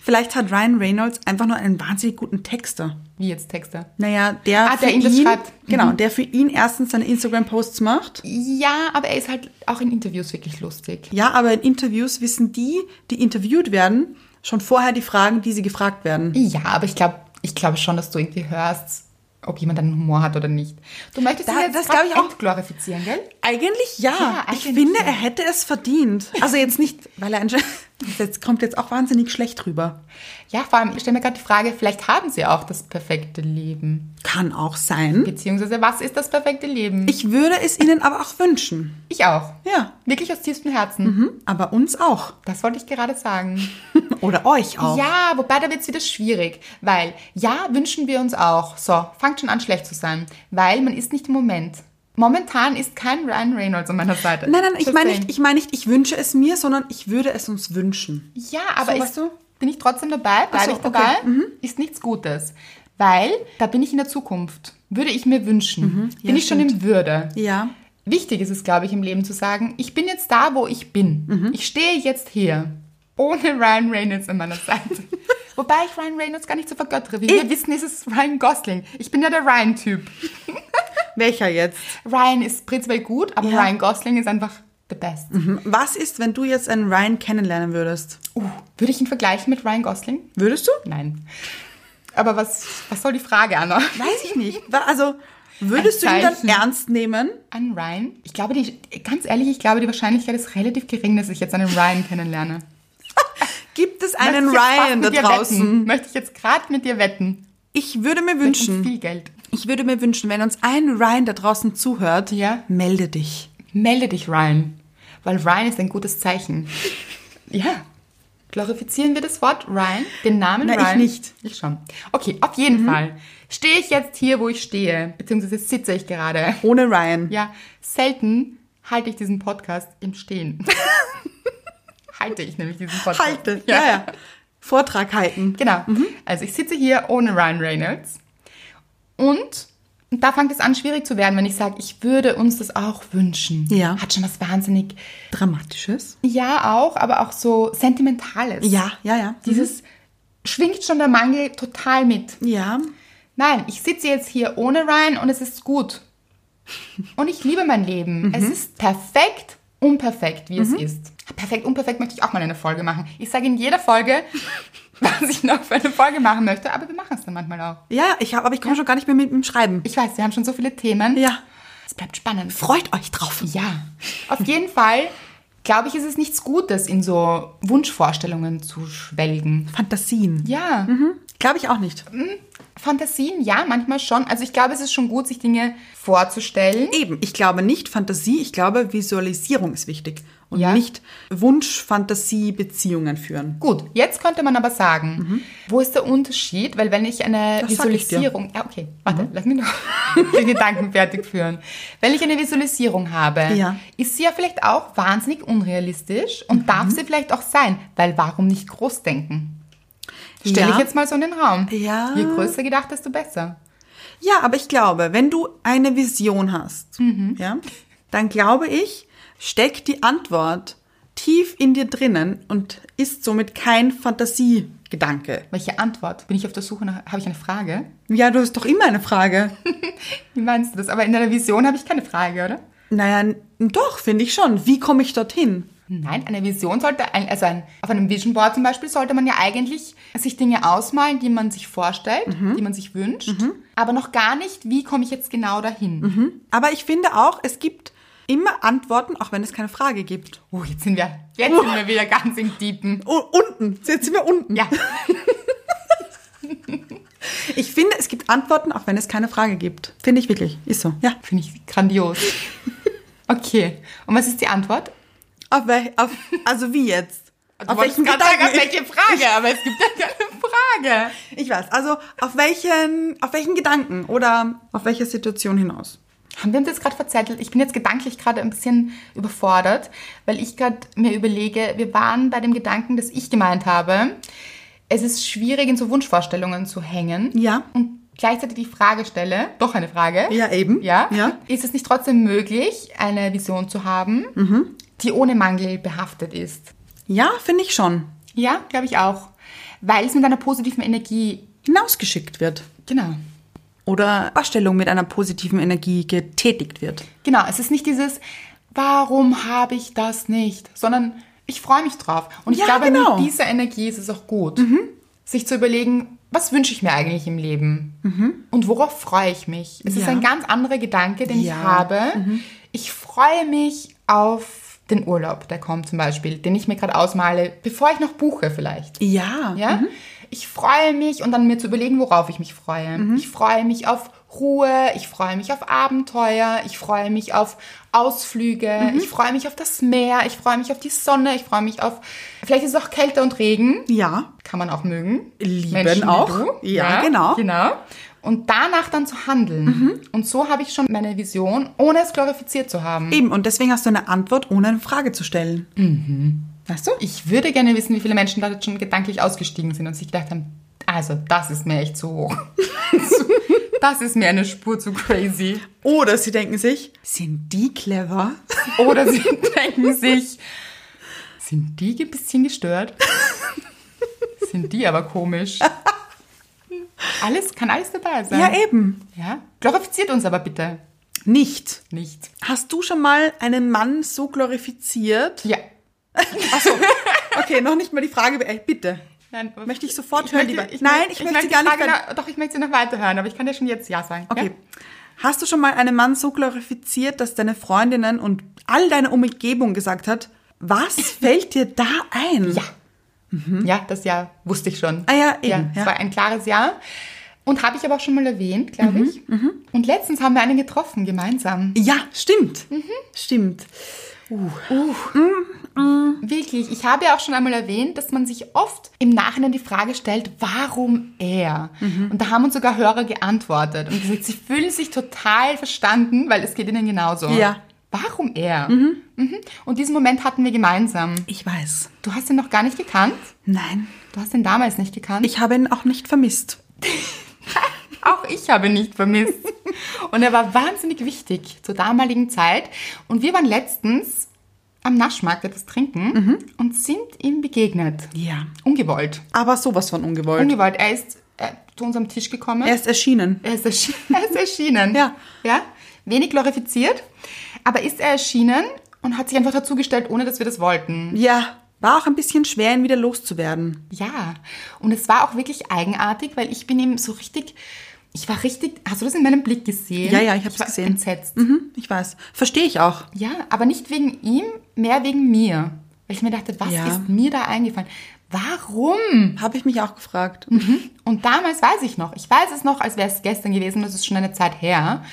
Speaker 2: vielleicht hat Ryan Reynolds einfach nur einen wahnsinnig guten Texter.
Speaker 1: Wie jetzt Texte?
Speaker 2: Naja, der,
Speaker 1: Ah, der
Speaker 2: für
Speaker 1: ihm das
Speaker 2: ihn,
Speaker 1: schreibt. Mhm.
Speaker 2: Genau, der für ihn erstens seine Instagram-Posts macht.
Speaker 1: Ja, aber er ist halt auch in Interviews wirklich lustig.
Speaker 2: Ja, aber in Interviews wissen die, die interviewt werden, schon vorher die Fragen, die sie gefragt werden.
Speaker 1: Ja, aber ich glaube ich glaub schon, dass du irgendwie hörst, ob jemand einen Humor hat oder nicht. Du möchtest
Speaker 2: Da-
Speaker 1: ihn jetzt
Speaker 2: das
Speaker 1: grad
Speaker 2: glaub ich auch.
Speaker 1: entglorifizieren, gell?
Speaker 2: Eigentlich ja.
Speaker 1: Ja,
Speaker 2: ich
Speaker 1: eigentlich
Speaker 2: finde,
Speaker 1: ja.
Speaker 2: er hätte es verdient. Also jetzt nicht, weil er ein, Sch- Das kommt jetzt auch wahnsinnig schlecht rüber.
Speaker 1: Ja, vor allem, ich stelle mir gerade die Frage, vielleicht haben sie auch das perfekte Leben.
Speaker 2: Kann auch sein.
Speaker 1: Beziehungsweise, was ist das perfekte Leben?
Speaker 2: Ich würde es ihnen aber auch wünschen.
Speaker 1: Ich auch.
Speaker 2: Ja.
Speaker 1: Wirklich aus tiefstem Herzen.
Speaker 2: Mhm. Aber uns auch.
Speaker 1: Das wollte ich gerade sagen.
Speaker 2: Oder euch auch.
Speaker 1: Ja, wobei da wird es wieder schwierig, weil ja, wünschen wir uns auch. So, fangt schon an, schlecht zu sein, weil man ist nicht im Moment. Momentan ist kein Ryan Reynolds an meiner Seite.
Speaker 2: Nein, nein, ich
Speaker 1: Das
Speaker 2: meine
Speaker 1: Ding.
Speaker 2: nicht, ich meine nicht, ich wünsche es mir, sondern ich würde es uns wünschen.
Speaker 1: Ja, aber
Speaker 2: So,
Speaker 1: ich,
Speaker 2: weißt du?
Speaker 1: bin ich trotzdem dabei, bleibe
Speaker 2: so,
Speaker 1: ich
Speaker 2: okay. Mhm.
Speaker 1: dabei, ist nichts Gutes, weil da bin ich in der Zukunft. Würde ich mir wünschen.
Speaker 2: Mhm.
Speaker 1: bin ich schon in Würde.
Speaker 2: Ja.
Speaker 1: Wichtig ist es, glaube ich, im Leben zu sagen, ich bin jetzt da, wo ich bin.
Speaker 2: Mhm.
Speaker 1: Ich stehe jetzt hier. Ohne Ryan Reynolds an meiner Seite. Wobei ich Ryan Reynolds gar nicht so vergöttere. Wie wir wissen, ist es Ryan Gosling. Ich bin ja der Ryan-Typ.
Speaker 2: Welcher jetzt?
Speaker 1: Ryan ist prinzipiell gut, aber
Speaker 2: Ja. Mhm.
Speaker 1: Ryan Gosling ist einfach the best.
Speaker 2: Was ist, wenn du jetzt einen Ryan kennenlernen würdest?
Speaker 1: Uh, würde ich ihn vergleichen mit Ryan Gosling?
Speaker 2: Würdest du?
Speaker 1: Nein. Aber was, was soll die Frage, Anna?
Speaker 2: Weiß ich nicht. Wa- Also, würdest du
Speaker 1: Ein
Speaker 2: ihn dann
Speaker 1: Zeichen.
Speaker 2: ernst nehmen?
Speaker 1: An Ryan? Ich glaube, die, ganz ehrlich, ich glaube, die Wahrscheinlichkeit ist relativ gering, dass ich jetzt einen Ryan kennenlerne.
Speaker 2: Gibt es einen
Speaker 1: Möchte ich jetzt fast
Speaker 2: Ryan da
Speaker 1: mit dir
Speaker 2: draußen?
Speaker 1: Wetten. Möchte ich jetzt gerade mit dir wetten.
Speaker 2: Ich würde mir
Speaker 1: Mit uns
Speaker 2: wünschen,
Speaker 1: viel Geld.
Speaker 2: ich würde mir wünschen, wenn uns ein Ryan da draußen zuhört,
Speaker 1: Ja.
Speaker 2: melde dich.
Speaker 1: Melde dich, Ryan. Weil Ryan ist ein gutes Zeichen. ja. Glorifizieren wir das Wort Ryan, den Namen
Speaker 2: Na, ich
Speaker 1: Ryan?
Speaker 2: nicht. Mhm.
Speaker 1: Ich schon. Okay, auf jeden Fall. Stehe ich jetzt hier, wo ich stehe, beziehungsweise sitze ich gerade.
Speaker 2: Ohne Ryan.
Speaker 1: Ja, selten halte ich diesen Podcast im Stehen. halte ich nämlich diesen Podcast.
Speaker 2: Halte. Ja, ja. Vortrag halten.
Speaker 1: Genau. Also ich sitze hier ohne Ryan Reynolds. Und da fängt es an, schwierig zu werden, wenn ich sage, ich würde uns das auch wünschen.
Speaker 2: Ja.
Speaker 1: Hat schon was wahnsinnig.
Speaker 2: Dramatisches.
Speaker 1: Ja, auch, aber auch so Sentimentales.
Speaker 2: Ja, ja, ja.
Speaker 1: Dieses schwingt schon der Mangel total mit.
Speaker 2: Ja.
Speaker 1: Nein, ich sitze jetzt hier ohne Ryan und es ist gut. Und ich liebe mein Leben. Es ist perfekt, unperfekt, wie es ist. Perfekt, unperfekt möchte ich auch mal eine Folge machen. Ich sage in jeder Folge, was ich noch für eine Folge machen möchte, aber wir machen es dann manchmal auch.
Speaker 2: Ja, ich hab, aber ich komme schon gar nicht mehr mit dem Schreiben.
Speaker 1: Ich weiß, wir haben schon so viele Themen.
Speaker 2: Ja.
Speaker 1: Es bleibt spannend.
Speaker 2: Freut euch drauf.
Speaker 1: Ja, auf jeden Fall glaube ich, ist es nichts Gutes, in so Wunschvorstellungen zu schwelgen.
Speaker 2: Fantasien.
Speaker 1: Ja.
Speaker 2: Glaube ich auch nicht.
Speaker 1: Fantasien, ja, manchmal schon. Also ich glaube, es ist schon gut, sich Dinge vorzustellen.
Speaker 2: Eben, ich glaube nicht Fantasie, ich glaube Visualisierung ist wichtig. Und
Speaker 1: Ja.
Speaker 2: nicht Wunsch-Fantasie-Beziehungen führen.
Speaker 1: Gut, jetzt könnte man aber sagen, wo ist der Unterschied? Weil wenn ich eine
Speaker 2: Mhm. Das sag ich dir. Mhm.
Speaker 1: Visualisierung, ja okay, warte, lass mich noch den Gedanken fertig führen. Wenn ich eine Visualisierung habe,
Speaker 2: Ja. Mhm.
Speaker 1: ist sie ja vielleicht auch wahnsinnig unrealistisch und darf sie vielleicht auch sein, weil warum nicht groß denken? Stelle
Speaker 2: Ja.
Speaker 1: ich jetzt mal so in den Raum.
Speaker 2: Ja.
Speaker 1: Je größer gedacht, desto besser.
Speaker 2: Ja, aber ich glaube, wenn du eine Vision hast, ja, dann glaube ich, steckt die Antwort tief in dir drinnen und ist somit kein Fantasiegedanke.
Speaker 1: Welche Antwort? Bin ich auf der Suche nach, habe ich eine Frage?
Speaker 2: Ja, du hast doch immer eine Frage.
Speaker 1: Wie meinst du das? Aber in deiner Vision habe ich keine Frage, oder?
Speaker 2: naja, n- doch, finde ich schon. Wie komme ich dorthin?
Speaker 1: Nein, eine Vision sollte, ein, also ein, auf einem Vision Board zum Beispiel sollte man ja eigentlich sich Dinge ausmalen, die man sich vorstellt, die man sich wünscht, aber noch gar nicht, wie komme ich jetzt genau dahin.
Speaker 2: Aber ich finde auch, es gibt immer Antworten, auch wenn es keine Frage gibt.
Speaker 1: Oh, jetzt sind wir, jetzt sind wir wieder ganz im Deepen.
Speaker 2: Oh, unten, jetzt sind wir unten.
Speaker 1: Ja,
Speaker 2: Ich finde, es gibt Antworten, auch wenn es keine Frage gibt. Finde ich wirklich. Ist so. Ja.
Speaker 1: finde ich grandios. Okay, und was ist die Antwort?
Speaker 2: Auf wel, auf, also wie jetzt?
Speaker 1: Du wolltest gerade sagen, auf welche Frage, aber es gibt ja keine Frage.
Speaker 2: Ich, ich weiß. Also auf welchen, auf welchen Gedanken oder auf welche Situation hinaus?
Speaker 1: Haben wir uns jetzt gerade verzettelt? Ich bin jetzt gedanklich gerade ein bisschen überfordert, weil ich gerade mir überlege, wir waren bei dem Gedanken, dass ich gemeint habe, es ist schwierig, in so Wunschvorstellungen zu hängen.
Speaker 2: Ja.
Speaker 1: Und gleichzeitig die Frage stelle, doch eine Frage.
Speaker 2: Ja, eben.
Speaker 1: Ja.
Speaker 2: Ja.
Speaker 1: Ist es nicht trotzdem möglich, eine Vision zu haben,
Speaker 2: Mhm.
Speaker 1: die ohne Mangel behaftet ist?
Speaker 2: Ja, finde ich schon.
Speaker 1: Ja, glaube ich auch. Weil es mit einer positiven Energie,
Speaker 2: Hinausgeschickt wird.
Speaker 1: genau.
Speaker 2: Oder Vorstellung mit einer positiven Energie getätigt wird.
Speaker 1: Genau, es ist nicht dieses, warum habe ich das nicht, sondern ich freue mich drauf. Und ich
Speaker 2: Ja,
Speaker 1: glaube,
Speaker 2: genau. Mhm.
Speaker 1: mit dieser Energie ist es auch gut, sich zu überlegen, was wünsche ich mir eigentlich im Leben und worauf freue ich mich. Es ist
Speaker 2: Mhm. Ja. Mhm.
Speaker 1: ein ganz anderer Gedanke, den
Speaker 2: Ja.
Speaker 1: ich habe. Ich freue mich auf den Urlaub, der kommt zum Beispiel, den ich mir gerade ausmale, bevor ich noch buche vielleicht.
Speaker 2: Ja.
Speaker 1: Ja? Ich freue mich und dann mir zu überlegen, worauf ich mich freue.
Speaker 2: Mhm.
Speaker 1: Ich freue mich auf Ruhe, ich freue mich auf Abenteuer, ich freue mich auf Ausflüge,
Speaker 2: Mhm.
Speaker 1: ich freue mich auf das Meer, ich freue mich auf die Sonne, ich freue mich auf, vielleicht ist es auch Kälte und Regen.
Speaker 2: Ja.
Speaker 1: Kann man auch mögen.
Speaker 2: Lieben
Speaker 1: wie
Speaker 2: auch.
Speaker 1: du.
Speaker 2: Ja, genau. Mhm.
Speaker 1: Genau. Und danach dann zu handeln. Und so habe ich schon meine Vision, ohne es glorifiziert zu haben.
Speaker 2: Eben, und deswegen hast du eine Antwort, ohne eine Frage zu stellen. Mhm.
Speaker 1: Weißt du, ich würde gerne wissen, wie viele Menschen da jetzt schon gedanklich ausgestiegen sind und sich gedacht haben, also das ist mir echt zu hoch. das ist mir eine Spur zu crazy.
Speaker 2: Oder sie denken sich, sind die clever?
Speaker 1: Oder sie denken sich, sind die ein bisschen gestört? sind die aber komisch? Alles, kann alles dabei sein.
Speaker 2: Ja, eben.
Speaker 1: Ja? Glorifiziert uns aber bitte
Speaker 2: Nicht.
Speaker 1: nicht.
Speaker 2: Hast du schon mal einen Mann so glorifiziert?
Speaker 1: Ja.
Speaker 2: Okay, noch nicht mal die Frage beantwortet. Bitte.
Speaker 1: Nein,
Speaker 2: Möchte ich sofort hören,
Speaker 1: möchte-
Speaker 2: lieber. Nein, ich möchte sie gar
Speaker 1: die
Speaker 2: nicht
Speaker 1: Frage noch, Doch, ich möchte sie noch weiterhören, aber ich kann ja schon jetzt Ja sagen.
Speaker 2: Okay.
Speaker 1: Ja?
Speaker 2: Hast du schon mal einen Mann so glorifiziert, dass deine Freundinnen und all deine Umgebung gesagt hat, was fällt dir da ein?
Speaker 1: Ja. Ja, das Jahr wusste ich schon.
Speaker 2: Mhm. Ah ja, eben,
Speaker 1: Ja,
Speaker 2: ja.
Speaker 1: Es war ein klares Jahr. Und habe ich aber auch schon mal erwähnt,
Speaker 2: Mhm,
Speaker 1: glaube ich. Und letztens haben wir einen getroffen, gemeinsam.
Speaker 2: Ja, stimmt. Stimmt.
Speaker 1: Wirklich, ich habe ja auch schon einmal erwähnt, dass man sich oft im Nachhinein die Frage stellt, warum er?
Speaker 2: Mhm.
Speaker 1: Und da haben uns sogar Hörer geantwortet und gesagt, sie fühlen sich total verstanden, weil es geht ihnen genauso.
Speaker 2: Ja.
Speaker 1: Warum er? Mhm. Und diesen Moment hatten wir gemeinsam.
Speaker 2: Ich weiß.
Speaker 1: Du hast ihn noch gar nicht gekannt.
Speaker 2: Nein,
Speaker 1: Du hast ihn damals nicht gekannt.
Speaker 2: ich habe ihn auch nicht vermisst.
Speaker 1: Auch ich habe ihn nicht vermisst. Und er war wahnsinnig wichtig zur damaligen Zeit. Und wir waren letztens am Naschmarkt etwas trinken
Speaker 2: Mhm.
Speaker 1: und sind ihm begegnet.
Speaker 2: Ja.
Speaker 1: Ungewollt.
Speaker 2: Aber sowas von ungewollt.
Speaker 1: Ungewollt. Er ist äh, zu unserem Tisch gekommen.
Speaker 2: er ist erschienen.
Speaker 1: Er ist, erschien, er ist erschienen.
Speaker 2: Ja.
Speaker 1: ja. Wenig glorifiziert, aber ist er erschienen und hat sich einfach dazugestellt, ohne dass wir das wollten.
Speaker 2: Ja. War auch ein bisschen schwer, ihn wieder loszuwerden.
Speaker 1: Ja, und es war auch wirklich eigenartig, weil ich bin ihm so richtig, ich war richtig, hast du das in meinem Blick gesehen?
Speaker 2: Ja, ja, ich habe es
Speaker 1: war
Speaker 2: gesehen.
Speaker 1: Entsetzt.
Speaker 2: Mhm, ich weiß. Verstehe ich auch.
Speaker 1: Ja, aber nicht wegen ihm, mehr wegen mir. Weil ich mir dachte, was
Speaker 2: Ja.
Speaker 1: ist mir da eingefallen? Warum?
Speaker 2: Habe ich mich auch gefragt.
Speaker 1: Und damals weiß ich noch, ich weiß es noch, als wäre es gestern gewesen, das ist schon eine Zeit her,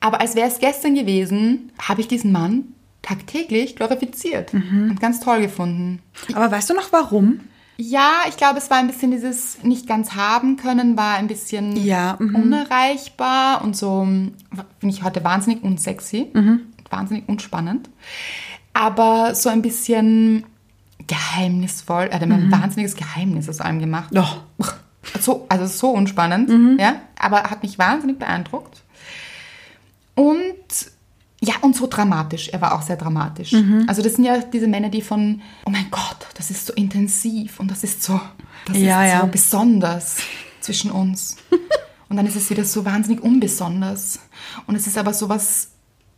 Speaker 1: aber als wäre es gestern gewesen, habe ich diesen Mann tagtäglich glorifiziert und ganz toll gefunden.
Speaker 2: Aber weißt du noch warum?
Speaker 1: Ja, ich glaube, es war ein bisschen dieses nicht ganz haben können, war ein bisschen
Speaker 2: Ja, mhm.
Speaker 1: unerreichbar und so hm, finde ich heute wahnsinnig unsexy,
Speaker 2: Mhm.
Speaker 1: wahnsinnig unspannend, aber so ein bisschen geheimnisvoll. Er hat
Speaker 2: Mhm.
Speaker 1: immer ein wahnsinniges Geheimnis aus allem gemacht.
Speaker 2: Doch.
Speaker 1: So, also so unspannend,
Speaker 2: Mhm.
Speaker 1: ja, aber hat mich wahnsinnig beeindruckt. Und ja, und so dramatisch. Er war auch sehr dramatisch.
Speaker 2: Mhm.
Speaker 1: Also das sind ja diese Männer, die von, oh mein Gott, das ist so intensiv und das ist so, das
Speaker 2: Ja,
Speaker 1: ist
Speaker 2: ja.
Speaker 1: so besonders zwischen uns. und dann ist es wieder so wahnsinnig unbesonders. Und es ist aber so was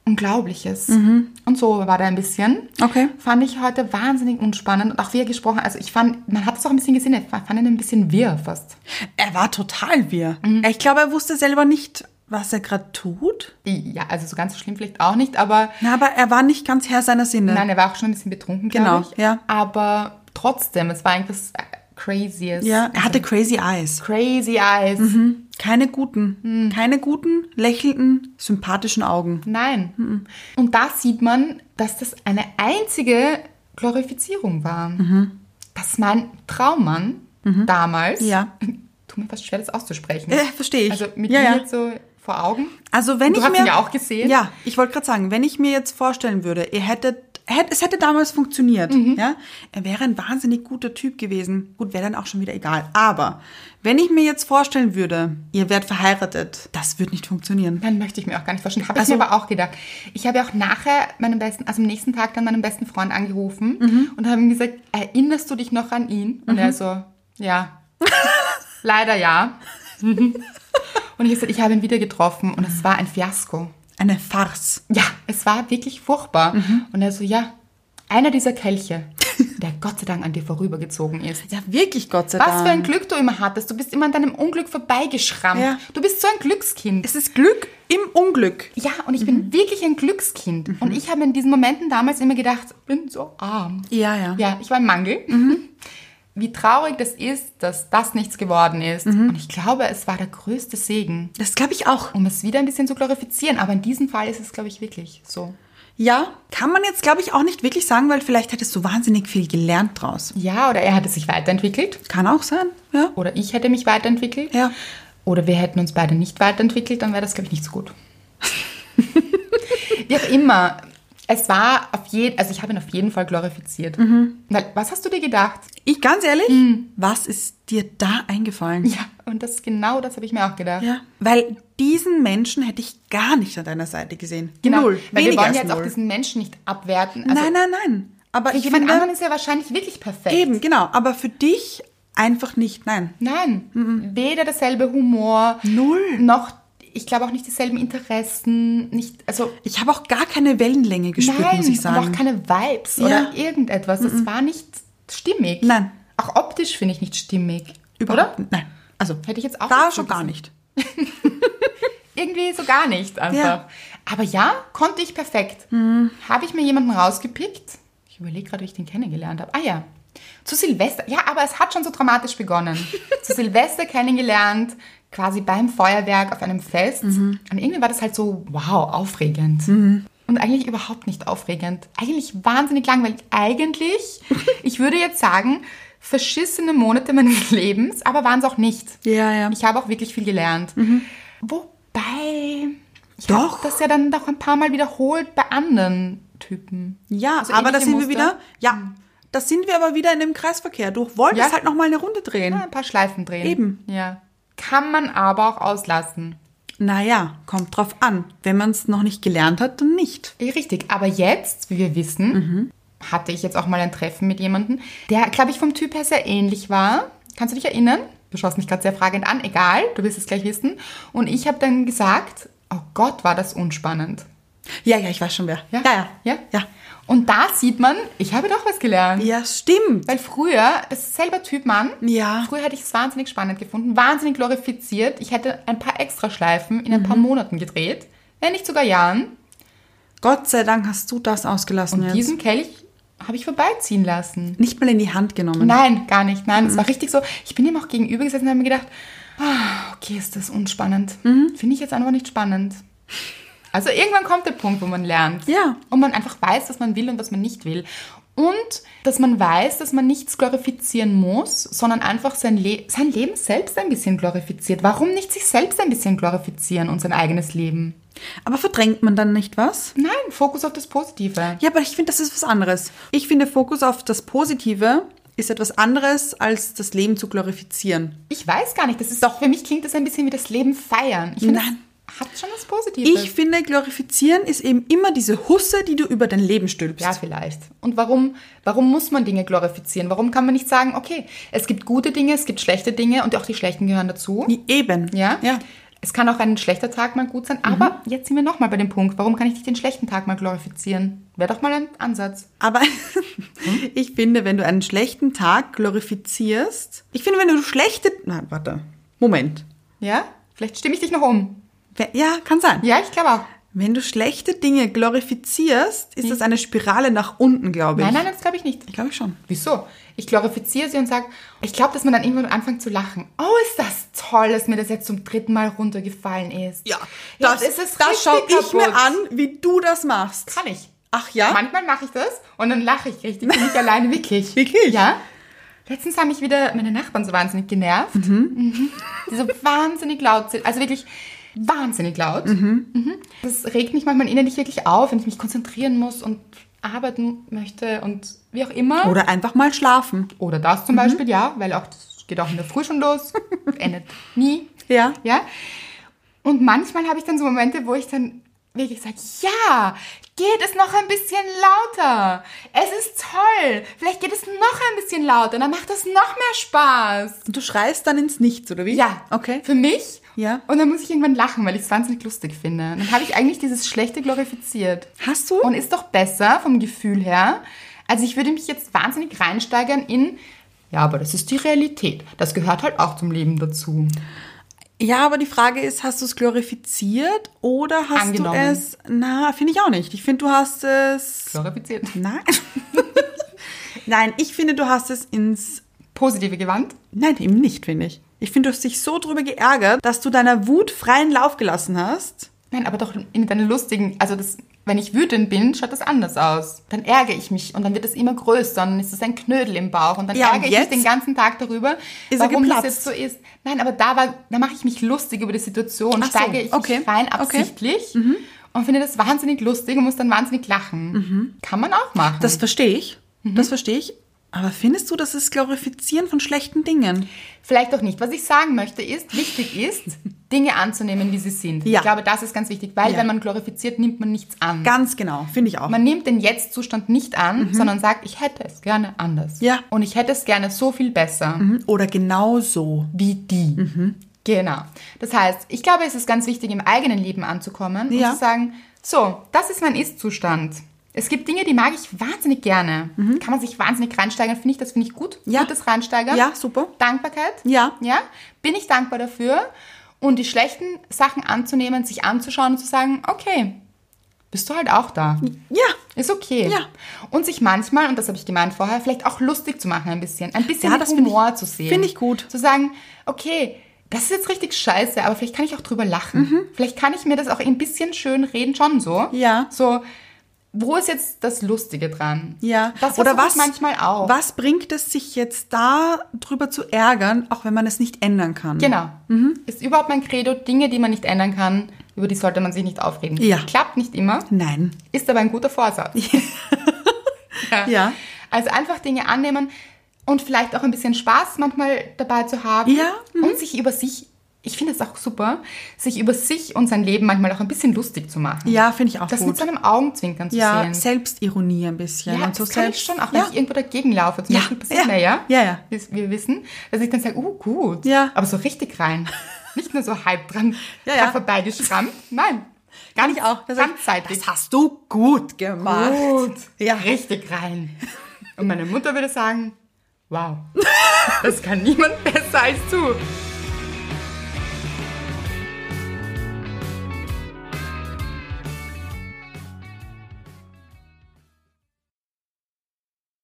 Speaker 1: Unglaubliches. Und so war der ein bisschen.
Speaker 2: Mhm. Okay.
Speaker 1: Fand ich heute wahnsinnig unspannend. Und auch wie er gesprochen hat, also ich fand, man hat es auch ein bisschen gesehen, ich fand ihn ein bisschen wirr fast.
Speaker 2: Er war total wir. Ich glaube, er wusste selber nicht, was er gerade tut.
Speaker 1: Ja, also so ganz schlimm vielleicht auch nicht, aber
Speaker 2: Na, aber er war nicht ganz Herr seiner Sinne.
Speaker 1: Nein, er war auch schon ein bisschen betrunken,
Speaker 2: Genau,
Speaker 1: glaube ich.
Speaker 2: ja.
Speaker 1: Aber trotzdem, es war irgendwas äh, Crazyes.
Speaker 2: Ja, er hatte crazy eyes.
Speaker 1: Crazy Eyes.
Speaker 2: Keine guten, keine guten, lächelnden, sympathischen Augen.
Speaker 1: Nein.
Speaker 2: Mhm.
Speaker 1: Und da sieht man, dass das eine einzige Glorifizierung war.
Speaker 2: Mhm.
Speaker 1: Dass mein Traummann damals,
Speaker 2: Ja.
Speaker 1: tut mir fast schwer, das auszusprechen.
Speaker 2: Äh, verstehe ich.
Speaker 1: Also mit
Speaker 2: Ja,
Speaker 1: mir
Speaker 2: ja.
Speaker 1: jetzt so vor Augen.
Speaker 2: Also wenn
Speaker 1: Du
Speaker 2: ich
Speaker 1: hast
Speaker 2: mir
Speaker 1: ihn ja auch gesehen.
Speaker 2: Ja, ich wollte gerade sagen, wenn ich mir jetzt vorstellen würde, ihr hättet hätt, es hätte damals funktioniert,
Speaker 1: Mhm.
Speaker 2: ja? Er wäre ein wahnsinnig guter Typ gewesen. Gut, wäre dann auch schon wieder egal, aber wenn ich mir jetzt vorstellen würde, ihr wärt verheiratet, das wird nicht funktionieren.
Speaker 1: Dann möchte ich mir auch gar nicht vorstellen. Habe
Speaker 2: Also-
Speaker 1: ich mir aber auch gedacht. Ich habe ja auch nachher meinem besten, also am nächsten Tag dann meinem besten Freund angerufen
Speaker 2: Mhm.
Speaker 1: und habe ihm gesagt, erinnerst du dich noch an ihn? Und er so, ja. Leider ja. und ich habe gesagt, ich habe ihn wieder getroffen und es war ein Fiasko.
Speaker 2: Eine Farce. Mhm.
Speaker 1: Ja, es war wirklich furchtbar. Und er so, ja, Einer dieser Kelche, der Gott sei Dank an dir vorübergezogen ist.
Speaker 2: Ja, wirklich, Gott sei
Speaker 1: Was
Speaker 2: Dank.
Speaker 1: für ein Glück du immer hattest. Du bist immer an deinem Unglück vorbeigeschrammt.
Speaker 2: Ja.
Speaker 1: Du bist so ein Glückskind.
Speaker 2: Es Mhm. ist Glück im Unglück.
Speaker 1: Ja, und ich bin wirklich ein Glückskind.
Speaker 2: Mhm.
Speaker 1: Und ich habe in diesen Momenten damals immer gedacht, bin so arm.
Speaker 2: Ja, Mhm. ja.
Speaker 1: Ja, ich war im Mangel. Wie traurig das ist, dass das nichts geworden ist.
Speaker 2: Mhm.
Speaker 1: Und ich glaube, es war der größte Segen,
Speaker 2: Das glaube ich auch.
Speaker 1: um es wieder ein bisschen zu glorifizieren. Aber in diesem Fall ist es, glaube ich, wirklich so.
Speaker 2: Ja, kann man jetzt, glaube ich, auch nicht wirklich sagen, weil vielleicht hättest du wahnsinnig viel gelernt draus.
Speaker 1: Ja, oder er hatte sich weiterentwickelt.
Speaker 2: Kann auch sein, ja.
Speaker 1: Oder ich hätte mich weiterentwickelt.
Speaker 2: Ja.
Speaker 1: Oder wir hätten uns beide nicht weiterentwickelt, dann wäre das, glaube ich, nicht so gut. Wie auch immer. Es war auf jeden, also ich habe ihn auf jeden Fall glorifiziert.
Speaker 2: Mhm.
Speaker 1: Weil, was hast du dir gedacht?
Speaker 2: Ich, ganz ehrlich,
Speaker 1: Mhm.
Speaker 2: was ist dir da eingefallen?
Speaker 1: Ja, und das genau das habe ich mir auch gedacht.
Speaker 2: Ja. Weil diesen Menschen hätte ich gar nicht an deiner Seite gesehen.
Speaker 1: Genau,
Speaker 2: Null.
Speaker 1: weil wir
Speaker 2: Weniger
Speaker 1: wollen
Speaker 2: als
Speaker 1: jetzt auch
Speaker 2: null.
Speaker 1: diesen Menschen nicht abwerten. Also
Speaker 2: nein, nein, nein. Aber
Speaker 1: Für
Speaker 2: ich
Speaker 1: jemand
Speaker 2: finde,
Speaker 1: anderen ist er wahrscheinlich wirklich perfekt.
Speaker 2: eben, genau. Aber für dich einfach nicht, nein.
Speaker 1: Nein, weder derselbe Humor.
Speaker 2: Mhm. Null.
Speaker 1: Noch, ich glaube auch nicht dieselben Interessen. Nicht, also
Speaker 2: Ich habe auch gar keine Wellenlänge gespürt,
Speaker 1: nein,
Speaker 2: muss ich sagen.
Speaker 1: und auch keine Vibes
Speaker 2: Ja.
Speaker 1: oder irgendetwas. Das war nicht stimmig.
Speaker 2: Nein.
Speaker 1: Auch optisch finde ich nicht stimmig.
Speaker 2: Überhaupt
Speaker 1: Oder?
Speaker 2: nicht. Nein. Also,
Speaker 1: Hätte ich jetzt auch
Speaker 2: da
Speaker 1: nicht so
Speaker 2: schon gar
Speaker 1: gesehen.
Speaker 2: nicht.
Speaker 1: Irgendwie so gar nicht einfach.
Speaker 2: Ja. Mhm.
Speaker 1: Aber ja, konnte ich perfekt. Habe ich mir jemanden rausgepickt? Ich überlege gerade, wie ich den kennengelernt habe. Ah ja. Zu Silvester. Ja, aber es hat schon so dramatisch begonnen. Zu Silvester kennengelernt, quasi beim Feuerwerk auf einem Fest.
Speaker 2: Mhm.
Speaker 1: Und irgendwie war das halt so, wow, aufregend. Und eigentlich überhaupt nicht aufregend. Eigentlich wahnsinnig langweilig. Eigentlich, ich würde jetzt sagen, verschissene Monate meines Lebens, aber waren es auch nicht.
Speaker 2: Ja, ja.
Speaker 1: Ich habe auch wirklich viel gelernt. Wobei, ich
Speaker 2: Mhm. Doch.
Speaker 1: hab das ja dann doch ein paar Mal wiederholt bei anderen Typen.
Speaker 2: Ja,
Speaker 1: Also
Speaker 2: aber da
Speaker 1: ähnliche
Speaker 2: sind wir
Speaker 1: Muster. Hm.
Speaker 2: wieder, ja, da sind wir aber wieder in dem Kreisverkehr. Du wolltest
Speaker 1: Ja.
Speaker 2: halt noch mal eine Runde drehen.
Speaker 1: Ja, ein paar Schleifen drehen.
Speaker 2: Eben.
Speaker 1: Ja. Kann man aber auch auslassen.
Speaker 2: Naja, kommt drauf an. Wenn man es noch nicht gelernt hat, dann nicht.
Speaker 1: Eh, Richtig. Aber jetzt, wie wir wissen,
Speaker 2: Mhm.
Speaker 1: hatte ich jetzt auch mal ein Treffen mit jemandem, der, glaube ich, vom Typ her sehr ähnlich war. Kannst du dich erinnern? Du schaust mich gerade sehr fragend an. Egal, du wirst es gleich wissen. Und ich habe dann gesagt, oh Gott, war das unspannend.
Speaker 2: Ja, ja, ich weiß schon wer.
Speaker 1: Ja?
Speaker 2: ja.
Speaker 1: ja.
Speaker 2: Ja,
Speaker 1: Und da sieht man, ich habe doch was gelernt.
Speaker 2: ja stimmt.
Speaker 1: Weil früher, das ist selber Typ Mann,
Speaker 2: Ja.
Speaker 1: früher hätte ich es wahnsinnig spannend gefunden, wahnsinnig glorifiziert. Ich hätte ein paar Extraschleifen in ein paar Monaten gedreht, wenn nicht sogar Jahren.
Speaker 2: Gott sei Dank hast du das ausgelassen
Speaker 1: Und
Speaker 2: jetzt.
Speaker 1: diesen Kelch habe ich vorbeiziehen lassen.
Speaker 2: nicht mal in die Hand genommen.
Speaker 1: Nein, gar nicht. Nein,
Speaker 2: Mhm.
Speaker 1: es war richtig so. Ich bin ihm auch gegenüber gesessen und habe mir gedacht, ah, okay, ist das unspannend.
Speaker 2: Mhm.
Speaker 1: Finde ich jetzt einfach nicht spannend. Also irgendwann kommt der Punkt, wo man lernt.
Speaker 2: Ja.
Speaker 1: Und man einfach weiß, was man will und was man nicht will. Und dass man weiß, dass man nichts glorifizieren muss, sondern einfach sein, Le sein Leben selbst ein bisschen glorifiziert. Warum nicht sich selbst ein bisschen glorifizieren und sein eigenes Leben?
Speaker 2: Aber verdrängt man dann nicht was?
Speaker 1: Nein, Fokus auf das Positive.
Speaker 2: Ja, aber ich finde, das ist was anderes. Ich finde, Fokus auf das Positive ist etwas anderes, als das Leben zu glorifizieren.
Speaker 1: Ich weiß gar nicht, das ist doch, für mich klingt das ein bisschen wie das Leben feiern. Ich finde,
Speaker 2: Nein.
Speaker 1: das hat schon was Positives.
Speaker 2: Ich finde, glorifizieren ist eben immer diese Husse, die du über dein Leben stülpst.
Speaker 1: Ja, vielleicht. Und warum, warum muss man Dinge glorifizieren? Warum kann man nicht sagen, okay, es gibt gute Dinge, es gibt schlechte Dinge und auch die schlechten gehören dazu?
Speaker 2: Eben.
Speaker 1: Ja?
Speaker 2: Ja. Mhm.
Speaker 1: Es kann auch ein schlechter Tag mal gut sein, aber jetzt sind wir nochmal bei dem Punkt, warum kann ich nicht den schlechten Tag mal glorifizieren? Wäre doch mal ein Ansatz.
Speaker 2: Aber ich finde, wenn du einen schlechten Tag glorifizierst, ich finde, wenn du schlechte, nein, warte, Moment.
Speaker 1: Ja? Vielleicht stimme ich dich noch um.
Speaker 2: Wer- Ja, kann sein.
Speaker 1: Ja, ich glaube auch.
Speaker 2: Wenn du schlechte Dinge glorifizierst, ist das eine Spirale nach unten, glaube ich.
Speaker 1: Hm. Nein, nein, das glaube ich nicht.
Speaker 2: Ich glaube schon.
Speaker 1: Wieso? Ich glorifiziere sie und sage, ich glaube, dass man dann irgendwann anfängt zu lachen. Oh, ist das toll, dass mir das jetzt zum dritten Mal runtergefallen ist.
Speaker 2: Ja,
Speaker 1: Jetzt
Speaker 2: das,
Speaker 1: ist es
Speaker 2: das
Speaker 1: richtig
Speaker 2: schaue ich mir
Speaker 1: kaputt.
Speaker 2: an, wie du das machst.
Speaker 1: Kann ich.
Speaker 2: Ach ja?
Speaker 1: Manchmal mache ich das und dann lache ich richtig für mich alleine, wirklich.
Speaker 2: Wirklich?
Speaker 1: Ja. Letztens haben mich wieder meine Nachbarn so wahnsinnig genervt. Mhm. Die so wahnsinnig laut sind. Also wirklich wahnsinnig laut. Mhm. Das regt mich manchmal innerlich wirklich auf, wenn ich mich konzentrieren muss und arbeiten möchte und wie auch immer.
Speaker 2: Oder einfach mal schlafen.
Speaker 1: Oder das zum Beispiel, ja, weil auch das geht auch in der Früh schon los, endet nie.
Speaker 2: Ja.
Speaker 1: Ja. Und manchmal habe ich dann so Momente, wo ich dann wirklich sage, ja, geht es noch ein bisschen lauter. Es ist toll. Vielleicht geht es noch ein bisschen lauter. Dann macht das noch mehr Spaß.
Speaker 2: Und du schreist dann ins Nichts, oder wie?
Speaker 1: Ja.
Speaker 2: Okay.
Speaker 1: Für mich.
Speaker 2: Ja.
Speaker 1: Und dann muss ich irgendwann lachen, weil ich es wahnsinnig lustig finde. Und Dann habe ich eigentlich dieses Schlechte glorifiziert.
Speaker 2: Hast du?
Speaker 1: Und ist doch besser vom Gefühl her, Also ich würde mich jetzt wahnsinnig reinsteigern in, ja, aber das ist die Realität. Das gehört halt auch zum Leben dazu.
Speaker 2: Ja, aber die Frage ist, hast du es glorifiziert oder hast
Speaker 1: Angenommen.
Speaker 2: du es. Na, finde ich auch nicht. Ich finde, du hast es.
Speaker 1: Glorifiziert.
Speaker 2: Nein. Nein, ich finde, du hast es ins.
Speaker 1: Positive gewandt.
Speaker 2: Nein, eben nicht, finde ich. Ich finde, du hast dich so drüber geärgert, dass du deiner Wut freien Lauf gelassen hast.
Speaker 1: Nein, aber doch in deiner lustigen, also das, wenn ich wütend bin, schaut das anders aus. Dann ärgere ich mich und dann wird es immer größer und dann ist es ein Knödel im Bauch und dann
Speaker 2: Ja, und
Speaker 1: ärgere ich mich
Speaker 2: jetzt
Speaker 1: den ganzen Tag darüber,
Speaker 2: ist er
Speaker 1: warum das
Speaker 2: geplatzt.
Speaker 1: jetzt so ist. Nein, aber da war, da mache ich mich lustig über die Situation,
Speaker 2: Ach so,
Speaker 1: steige ich
Speaker 2: okay,
Speaker 1: mich rein
Speaker 2: okay. Mhm.
Speaker 1: absichtlich und finde das wahnsinnig lustig und muss dann wahnsinnig lachen. Kann man auch machen.
Speaker 2: Mhm. Das verstehe ich.
Speaker 1: Mhm.
Speaker 2: Das verstehe ich. Aber findest du, das ist Glorifizieren von schlechten Dingen?
Speaker 1: Vielleicht auch nicht. Was ich sagen möchte ist, wichtig ist, Dinge anzunehmen, wie sie sind.
Speaker 2: Ja.
Speaker 1: Ich glaube, das ist ganz wichtig, weil
Speaker 2: Ja.
Speaker 1: wenn man glorifiziert, nimmt man nichts an.
Speaker 2: Ganz genau, finde ich auch.
Speaker 1: Man nimmt den Jetzt-Zustand nicht an, sondern sagt, ich hätte es gerne anders.
Speaker 2: Mhm. Ja.
Speaker 1: Und ich hätte es gerne so viel besser
Speaker 2: Oder genau so.
Speaker 1: wie die.
Speaker 2: Mhm.
Speaker 1: Genau. Das heißt, ich glaube, es ist ganz wichtig, im eigenen Leben anzukommen
Speaker 2: Ja.
Speaker 1: und zu sagen, so, das ist mein Ist-Zustand. Es gibt Dinge, die mag ich wahnsinnig gerne. Kann man sich wahnsinnig reinsteigern, finde ich, das finde ich gut.
Speaker 2: Mhm. Ja.
Speaker 1: Gutes Reinsteigern.
Speaker 2: Ja, super.
Speaker 1: Dankbarkeit.
Speaker 2: Ja.
Speaker 1: Ja. Bin ich dankbar dafür. Und die schlechten Sachen anzunehmen, sich anzuschauen und zu sagen, okay, bist du halt auch da.
Speaker 2: Ja,
Speaker 1: Ist okay.
Speaker 2: Ja.
Speaker 1: Und sich manchmal, und das habe ich gemeint vorher, vielleicht auch lustig zu machen ein bisschen. Ein bisschen
Speaker 2: Ja,
Speaker 1: mit
Speaker 2: das find
Speaker 1: Humor
Speaker 2: ich-
Speaker 1: zu sehen.
Speaker 2: find ich gut.
Speaker 1: Zu sagen, okay, das ist jetzt richtig scheiße, aber vielleicht kann ich auch drüber lachen. Vielleicht kann ich mir das auch ein bisschen schön reden, schon so.
Speaker 2: Mhm. Ja.
Speaker 1: So, wo ist jetzt das Lustige dran?
Speaker 2: ja.
Speaker 1: Das Oder was, ich manchmal auch.
Speaker 2: Was bringt es sich jetzt da drüber zu ärgern, auch wenn man es nicht ändern kann?
Speaker 1: Genau.
Speaker 2: Mhm.
Speaker 1: Ist überhaupt mein Credo, Dinge, die man nicht ändern kann, über die sollte man sich nicht aufregen.
Speaker 2: Ja.
Speaker 1: Klappt nicht immer,
Speaker 2: Nein.
Speaker 1: ist aber ein guter Vorsatz.
Speaker 2: Ja.
Speaker 1: Also einfach Dinge annehmen und vielleicht auch ein bisschen Spaß manchmal dabei zu haben.
Speaker 2: Ja, mhm.
Speaker 1: Und sich über sich, ich finde es auch super, sich über sich und sein Leben manchmal auch ein bisschen lustig zu machen.
Speaker 2: Ja, finde ich auch
Speaker 1: Das mit
Speaker 2: gut.
Speaker 1: so einem Augenzwinkern zu
Speaker 2: Ja,
Speaker 1: sehen.
Speaker 2: Selbstironie ein bisschen.
Speaker 1: Ja,
Speaker 2: und so
Speaker 1: das kann ich
Speaker 2: selbst-
Speaker 1: schon, auch wenn
Speaker 2: ja.
Speaker 1: ich irgendwo dagegen laufe. Zum
Speaker 2: Ja,
Speaker 1: Beispiel passiert
Speaker 2: ja,
Speaker 1: mir ja.
Speaker 2: ja, ja.
Speaker 1: Wir, wir wissen, dass ich dann sage, oh gut.
Speaker 2: Ja.
Speaker 1: Aber so richtig rein. Nicht nur so halb dran
Speaker 2: Ja, ja.
Speaker 1: da vorbeigeschrammt. Nein. Gar nicht auch.
Speaker 2: Das
Speaker 1: Ganzzeitig.
Speaker 2: Das hast du gut gemacht.
Speaker 1: Gut.
Speaker 2: Ja.
Speaker 1: Richtig rein. Und meine Mutter würde sagen, wow, das kann niemand besser als du.